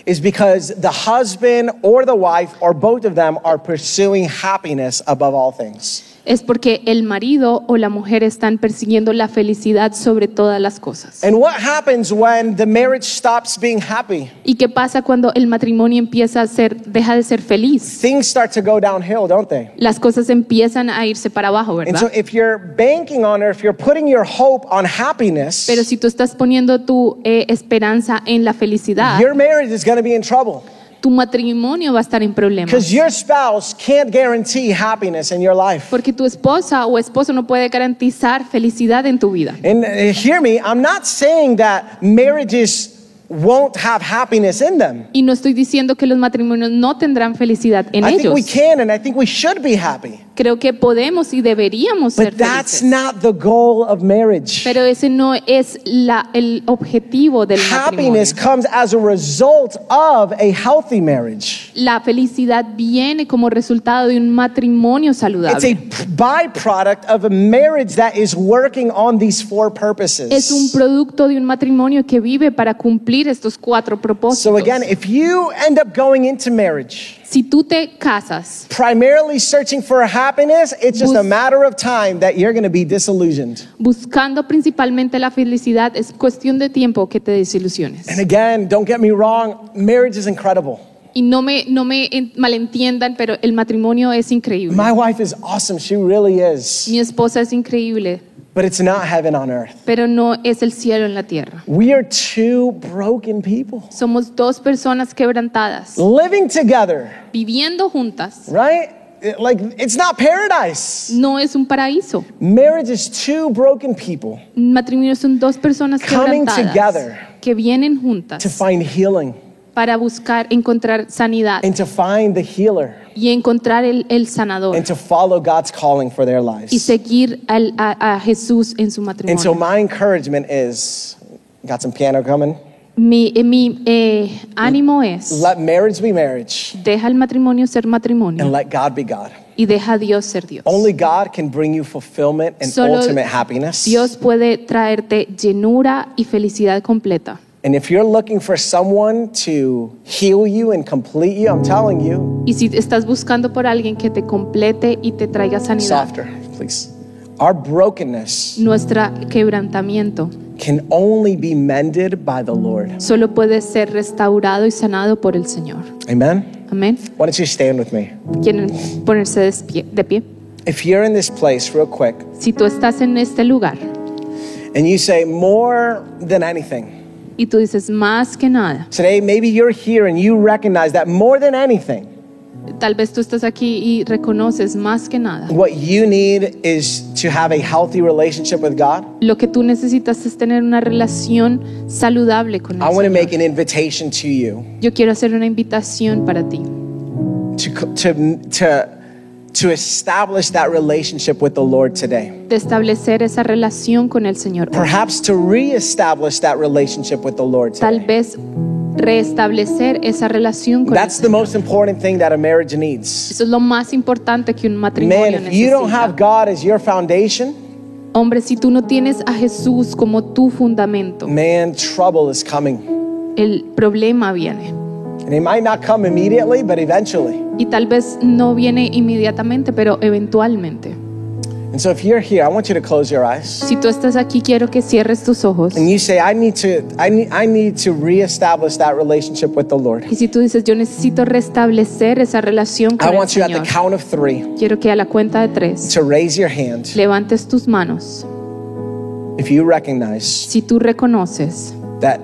Speaker 1: is because the husband or the wife or both of them are pursuing happiness above all things.
Speaker 2: es porque el marido o la mujer están persiguiendo la felicidad sobre todas las cosas.
Speaker 1: And what happens when the marriage stops being happy?
Speaker 2: ¿Y qué pasa cuando el matrimonio empieza a ser, deja de ser feliz?
Speaker 1: Things start to go downhill, don't they?
Speaker 2: Las cosas empiezan a irse para abajo,
Speaker 1: And so,
Speaker 2: ¿verdad?
Speaker 1: if you're banking on or if you're putting your hope on happiness,
Speaker 2: Pero si tú estás poniendo tu eh, esperanza en la felicidad,
Speaker 1: your marriage is going to be in trouble
Speaker 2: tu matrimonio va a estar en problemas.
Speaker 1: because your spouse can't guarantee happiness in your life.
Speaker 2: Porque tu esposa o esposo no puede garantizar felicidad en tu vida.
Speaker 1: And uh, hear me, I'm not saying that marriages won't have happiness in them.
Speaker 2: Y no estoy diciendo que los matrimonios no tendrán felicidad en
Speaker 1: I think
Speaker 2: ellos.
Speaker 1: we can and I think we should be happy.
Speaker 2: Creo que podemos y deberíamos ser
Speaker 1: But that's
Speaker 2: felices.
Speaker 1: not the goal of marriage.
Speaker 2: Pero ese no es la- el objetivo del matrimonio.
Speaker 1: Happiness comes as a result of a healthy marriage.
Speaker 2: La felicidad viene como resultado de un matrimonio
Speaker 1: It's
Speaker 2: saludable.
Speaker 1: a byproduct of a marriage that is working on these four
Speaker 2: Es un
Speaker 1: purposes.
Speaker 2: producto de un matrimonio que vive para cumplir estos cuatro
Speaker 1: So,
Speaker 2: propósitos.
Speaker 1: again, if you end up going into marriage,
Speaker 2: Si tú te casas
Speaker 1: primarily searching for happiness, it's just a
Speaker 2: Bus-
Speaker 1: matter of time that you're going to be disillusioned.
Speaker 2: buscando principalmente la felicidad, es cuestión de tiempo que te desilusiones.
Speaker 1: And again, don't get me wrong, marriage is incredible.
Speaker 2: Y no me, no me en- malentiendan, pero el matrimonio es increíble.
Speaker 1: My wife is awesome, she really is.
Speaker 2: Mi esposa es increíble,
Speaker 1: But it's not heaven on earth.
Speaker 2: pero no es el cielo en la tierra.
Speaker 1: We are two broken people
Speaker 2: Somos dos personas quebrantadas,
Speaker 1: living together,
Speaker 2: viviendo juntas.
Speaker 1: right? It- Like, it's not paradise.
Speaker 2: No es un paraíso.
Speaker 1: Marriage is two broken people
Speaker 2: Un matrimonio son dos personas
Speaker 1: coming
Speaker 2: quebrantadas
Speaker 1: together
Speaker 2: que vienen
Speaker 1: to
Speaker 2: juntas
Speaker 1: find healing
Speaker 2: para buscar encontrar sanidad
Speaker 1: and to find the healer
Speaker 2: y encontrar el, el sanador
Speaker 1: and to follow God's calling for their
Speaker 2: y
Speaker 1: lives.
Speaker 2: seguir al- a, a Jesús en su
Speaker 1: And so
Speaker 2: matrimonio.
Speaker 1: my encouragement is got some piano coming.
Speaker 2: Mi, eh, mi eh,
Speaker 1: Mm,
Speaker 2: ánimo es,
Speaker 1: Let marriage be marriage
Speaker 2: deja el matrimonio ser
Speaker 1: and
Speaker 2: matrimonio
Speaker 1: let God be God.
Speaker 2: y deja a Dios ser Dios.
Speaker 1: Only God can bring you fulfillment and
Speaker 2: Solo
Speaker 1: ultimate happiness.
Speaker 2: Dios puede traerte llenura y felicidad completa.
Speaker 1: And if you're looking for someone to heal you and complete you, I'm telling you,
Speaker 2: Y si estás buscando por alguien que te complete y te traiga sanidad,
Speaker 1: softer, please. Our brokenness
Speaker 2: nuestra quebrantamiento
Speaker 1: can only be mended by the Lord.
Speaker 2: solo puede ser restaurado y sanado por el Señor.
Speaker 1: Amen.
Speaker 2: Amén.
Speaker 1: Why don't you stand with me?
Speaker 2: Quieren ponerse de pie- de pie.
Speaker 1: If you're in this place, real quick,
Speaker 2: Si tú estás en este lugar
Speaker 1: and you say, more than anything,
Speaker 2: y tú dices más que nada,
Speaker 1: today maybe you're here and you recognize that more than anything,
Speaker 2: tal vez tú estás aquí y reconoces más que nada.
Speaker 1: what you need is to have a healthy relationship with God.
Speaker 2: Lo que tú necesitas es tener una relación saludable con el
Speaker 1: I want to
Speaker 2: Señor.
Speaker 1: make an invitation to you
Speaker 2: Yo quiero hacer una invitación para ti.
Speaker 1: to, co- to, to, to establish that relationship with the Lord today.
Speaker 2: de establecer esa relación con el Señor.
Speaker 1: Perhaps to reestablish that relationship with the Lord
Speaker 2: Tal
Speaker 1: today.
Speaker 2: vez reestablecer esa relación con el
Speaker 1: That's the
Speaker 2: Señor.
Speaker 1: most important thing that a marriage needs.
Speaker 2: Eso es lo más importante que un
Speaker 1: Man,
Speaker 2: matrimonio
Speaker 1: if you don't have
Speaker 2: necesita.
Speaker 1: God as your foundation,
Speaker 2: Hombre, si tú no tienes a Jesús como tu fundamento,
Speaker 1: man, trouble is coming.
Speaker 2: el problema viene.
Speaker 1: And it might not come immediately, but eventually.
Speaker 2: Y tal vez no viene inmediatamente, pero eventualmente.
Speaker 1: And so if you're here, I want you to close your eyes.
Speaker 2: Si tú estás aquí, quiero que cierres tus ojos.
Speaker 1: And you say, I need to, I need, I need to reestablish that relationship with the Lord.
Speaker 2: Y si tú dices, yo necesito restablecer esa relación
Speaker 1: I
Speaker 2: con el
Speaker 1: want you at the
Speaker 2: Señor,
Speaker 1: count of three
Speaker 2: quiero que a la cuenta de tres
Speaker 1: to raise your hand
Speaker 2: levantes tus manos.
Speaker 1: if you recognize
Speaker 2: Si tú reconoces
Speaker 1: that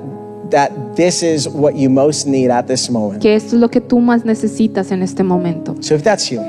Speaker 1: that this is what you most need at this moment.
Speaker 2: que esto es lo que tú más necesitas en este momento.
Speaker 1: So if that's you,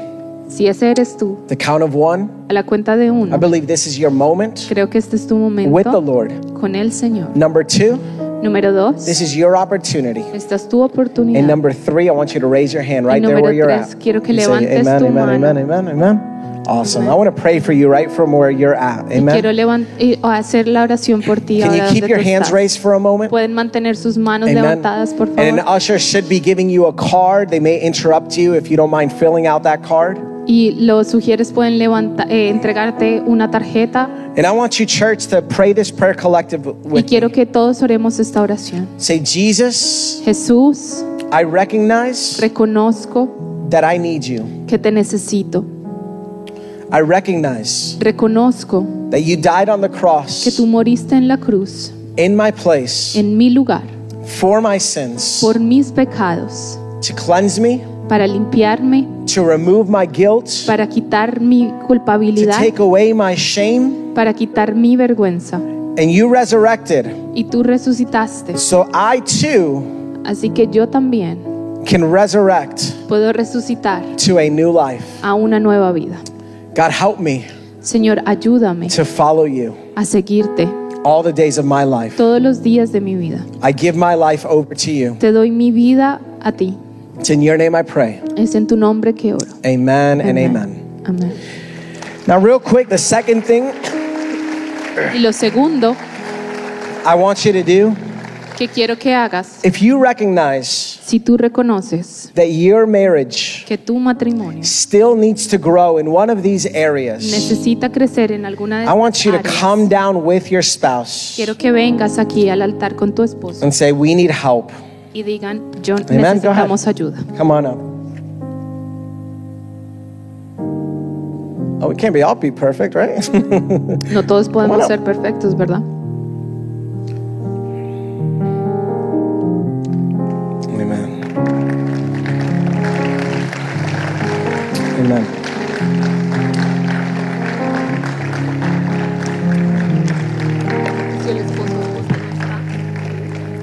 Speaker 2: Si ese eres tú,
Speaker 1: the count of one,
Speaker 2: a la cuenta de
Speaker 1: I
Speaker 2: uno,
Speaker 1: believe this is your moment
Speaker 2: creo que este es tu
Speaker 1: with the
Speaker 2: momento
Speaker 1: Lord.
Speaker 2: con el Señor.
Speaker 1: Number two,
Speaker 2: Número dos,
Speaker 1: this is your opportunity.
Speaker 2: esta es tu
Speaker 1: And
Speaker 2: oportunidad.
Speaker 1: number three, I want you to raise your hand right
Speaker 2: Y
Speaker 1: there where
Speaker 2: número
Speaker 1: you're
Speaker 2: tres,
Speaker 1: at.
Speaker 2: quiero que
Speaker 1: You say,
Speaker 2: levantes
Speaker 1: amen,
Speaker 2: tu
Speaker 1: amen, amen,
Speaker 2: mano."
Speaker 1: amen, amen. Awesome. I want to pray for you right from where you're at.
Speaker 2: Y quiero
Speaker 1: Amen.
Speaker 2: levan- y- o hacer la oración por ti.
Speaker 1: Can
Speaker 2: ahora
Speaker 1: you keep
Speaker 2: donde
Speaker 1: your
Speaker 2: tú
Speaker 1: hands
Speaker 2: estás.
Speaker 1: raised for a moment?
Speaker 2: Pueden mantener sus manos
Speaker 1: Amen.
Speaker 2: levantadas, por
Speaker 1: And an
Speaker 2: favor.
Speaker 1: usher should be giving you a card. They may interrupt you if you don't mind filling out that card.
Speaker 2: Y los sugieres pueden levanta- eh, entregarte una tarjeta.
Speaker 1: And I want you, church, to pray this prayer collective
Speaker 2: Y
Speaker 1: with.
Speaker 2: quiero que todos oremos esta oración.
Speaker 1: Say, Jesus,
Speaker 2: Jesús,
Speaker 1: I recognize
Speaker 2: reconozco
Speaker 1: that I need you.
Speaker 2: que te necesito.
Speaker 1: I recognize
Speaker 2: Reconozco
Speaker 1: that you died on the
Speaker 2: que
Speaker 1: cross
Speaker 2: tú moriste en la cruz,
Speaker 1: in my place
Speaker 2: en mi lugar,
Speaker 1: for my sins
Speaker 2: por mis pecados,
Speaker 1: to cleanse me,
Speaker 2: para limpiarme,
Speaker 1: to remove my guilt,
Speaker 2: para quitar mi
Speaker 1: to
Speaker 2: culpabilidad,
Speaker 1: take away my shame.
Speaker 2: para quitar mi vergüenza.
Speaker 1: And you resurrected
Speaker 2: Y tú resucitaste,
Speaker 1: so I too
Speaker 2: así que yo también
Speaker 1: can resurrect
Speaker 2: puedo resucitar
Speaker 1: to a new life.
Speaker 2: a una nueva vida.
Speaker 1: God, help me
Speaker 2: Señor, ayúdame
Speaker 1: to follow you
Speaker 2: a seguirte
Speaker 1: all the days of my life.
Speaker 2: todos los días de mi vida.
Speaker 1: I give my life over to you.
Speaker 2: Te doy mi vida a ti.
Speaker 1: It's in your name I pray.
Speaker 2: Es en tu nombre que oro.
Speaker 1: Amen and amen.
Speaker 2: Amén. Amén.
Speaker 1: Now, real quick, the second thing
Speaker 2: Y lo segundo
Speaker 1: I want you to do
Speaker 2: que quiero que hagas,
Speaker 1: if you recognize
Speaker 2: si tú reconoces
Speaker 1: that your marriage
Speaker 2: que tu matrimonio
Speaker 1: still needs to grow in one of these areas,
Speaker 2: necesita crecer en alguna de
Speaker 1: I want you to
Speaker 2: estas áreas,
Speaker 1: come down with your spouse
Speaker 2: quiero que vengas aquí al altar con tu esposo
Speaker 1: and say, We need help.
Speaker 2: y digan, John,
Speaker 1: Amen, go ahead.
Speaker 2: necesitamos ayuda.
Speaker 1: Come on up. Oh, it can't be all be perfect, right?
Speaker 2: No todos
Speaker 1: Come on
Speaker 2: podemos
Speaker 1: up.
Speaker 2: ser perfectos, ¿verdad?
Speaker 1: Amen. Amen.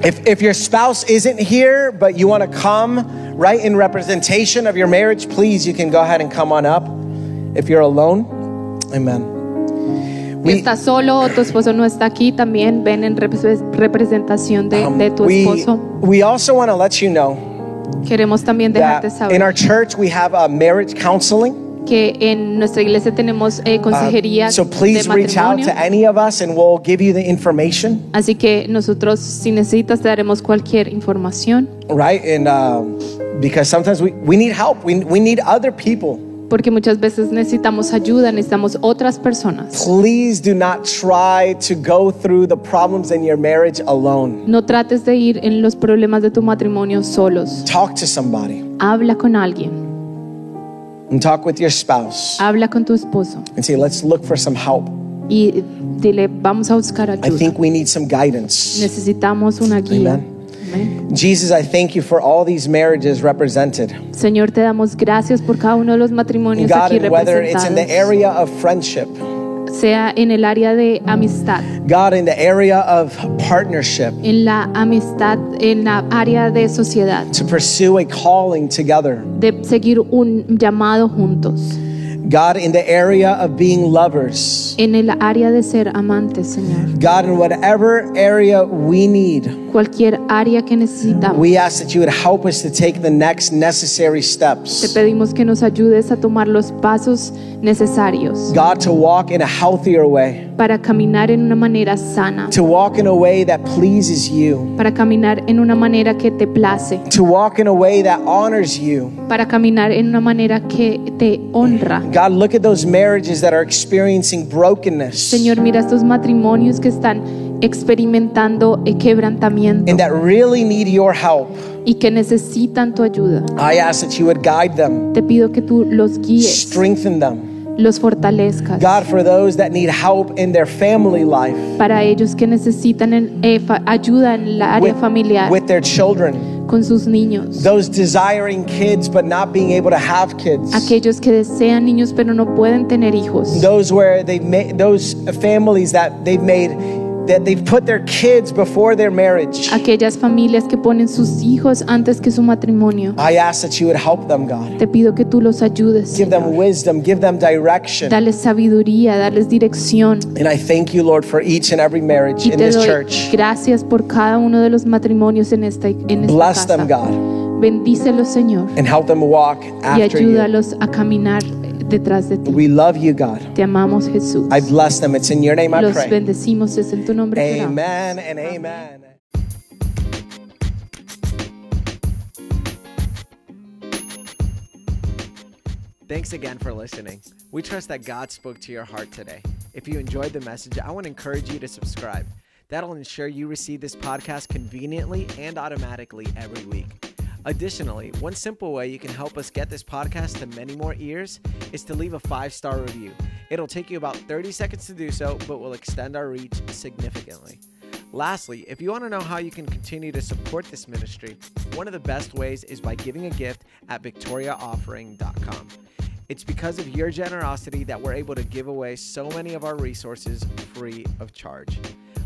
Speaker 1: If, if your spouse isn't here, but you want to come right in representation of your marriage, please, you can go ahead and come on up if you're alone. Amen.
Speaker 2: estás solo, tu esposo no está aquí, también ven en repre- representación de,
Speaker 1: um,
Speaker 2: de tu
Speaker 1: we,
Speaker 2: esposo.
Speaker 1: we also want to let you know
Speaker 2: Queremos también
Speaker 1: that
Speaker 2: dejarte
Speaker 1: in
Speaker 2: saber
Speaker 1: our church we have a marriage counseling.
Speaker 2: que en nuestra iglesia tenemos eh,
Speaker 1: Uh,
Speaker 2: consejería
Speaker 1: so
Speaker 2: de
Speaker 1: please reach out
Speaker 2: matrimonio.
Speaker 1: to any of us and we'll give you the information,
Speaker 2: Así que nosotros, si necesitas, te daremos cualquier información.
Speaker 1: right? And um, because sometimes we, we need help, we, we need other people.
Speaker 2: Porque muchas veces necesitamos ayuda, necesitamos otras personas.
Speaker 1: Please do not try to go through the problems in your marriage alone.
Speaker 2: No trates de ir en los problemas de tu matrimonio solos.
Speaker 1: Talk to somebody
Speaker 2: Habla con alguien,
Speaker 1: and talk with your spouse
Speaker 2: habla con tu esposo
Speaker 1: and say, let's look for some help.
Speaker 2: y dile, vamos a buscar
Speaker 1: I
Speaker 2: ayuda.
Speaker 1: think we need some guidance.
Speaker 2: Necesitamos una guía.
Speaker 1: Amen.
Speaker 2: Amén.
Speaker 1: Jesus, I thank you for all these marriages represented.
Speaker 2: Señor, te damos gracias por cada uno de los matrimonios
Speaker 1: God,
Speaker 2: aquí
Speaker 1: and whether it's in the
Speaker 2: representados,
Speaker 1: area of friendship,
Speaker 2: sea en el área de amistad,
Speaker 1: God, in the area of partnership,
Speaker 2: en la amistad, en la área de sociedad,
Speaker 1: to pursue a calling together.
Speaker 2: de seguir un llamado juntos,
Speaker 1: God, in the area of being lovers.
Speaker 2: en el área de ser amantes, Señor.
Speaker 1: God, in whatever area we need,
Speaker 2: cualquier área que necesitamos.
Speaker 1: we ask that you would help us to take the next necessary
Speaker 2: Te
Speaker 1: steps.
Speaker 2: pedimos que nos ayudes a tomar los pasos necesarios
Speaker 1: God, to walk in a healthier way,
Speaker 2: para caminar en una manera sana,
Speaker 1: to walk in a way that pleases you,
Speaker 2: para caminar en una manera que te place,
Speaker 1: to walk in a way that honors you.
Speaker 2: para caminar en una manera que te honra.
Speaker 1: God, look at those marriages that are experiencing brokenness
Speaker 2: Señor, mira estos matrimonios que están experimentando eh, quebrantamiento
Speaker 1: and that really need your help.
Speaker 2: y que necesitan tu ayuda.
Speaker 1: I ask that you would guide them,
Speaker 2: Te pido que tú los guíes,
Speaker 1: strengthen them.
Speaker 2: los fortalezcas.
Speaker 1: God, for those that need help in their family life,
Speaker 2: Para ellos que necesitan en- eh, fa- ayuda en la área
Speaker 1: with,
Speaker 2: familiar,
Speaker 1: with their children,
Speaker 2: con sus niños.
Speaker 1: those desiring kids but not being able to have kids,
Speaker 2: aquellos que desean niños pero no pueden tener hijos,
Speaker 1: those where they've made those families that they've made that they've put their kids before their marriage.
Speaker 2: aquellas familias que ponen sus hijos antes que su matrimonio.
Speaker 1: I ask that you would help them, God.
Speaker 2: Te pido que tú los ayudes,
Speaker 1: Give them
Speaker 2: Señor.
Speaker 1: wisdom, give them direction.
Speaker 2: Dales sabiduría, dales dirección.
Speaker 1: And I thank you, Lord, for each and every marriage
Speaker 2: Y
Speaker 1: in
Speaker 2: te
Speaker 1: this
Speaker 2: doy
Speaker 1: church.
Speaker 2: gracias por cada uno de los matrimonios en esta, en esta
Speaker 1: Bless them,
Speaker 2: casa.
Speaker 1: God,
Speaker 2: Bendícelos, Señor,
Speaker 1: and help them walk
Speaker 2: y
Speaker 1: after you.
Speaker 2: ayúdalos a caminar detrás de ti.
Speaker 1: We love you, God.
Speaker 2: Te amamos, Jesús.
Speaker 1: I bless them. It's in your name I
Speaker 2: Los
Speaker 1: pray.
Speaker 2: bendecimos, es en tu nombre que oramos.
Speaker 1: Amen and amen.
Speaker 3: Thanks again for listening. We trust that God spoke to your heart today. If you enjoyed the message, I want to encourage you to subscribe. That'll ensure you receive this podcast conveniently and automatically every week. Additionally, one simple way you can help us get this podcast to many more ears is to leave a five star review. It'll take you about 30 seconds to do so, but will extend our reach significantly. Lastly, if you want to know how you can continue to support this ministry, one of the best ways is by giving a gift at victoriaoffering.com. It's because of your generosity that we're able to give away so many of our resources free of charge.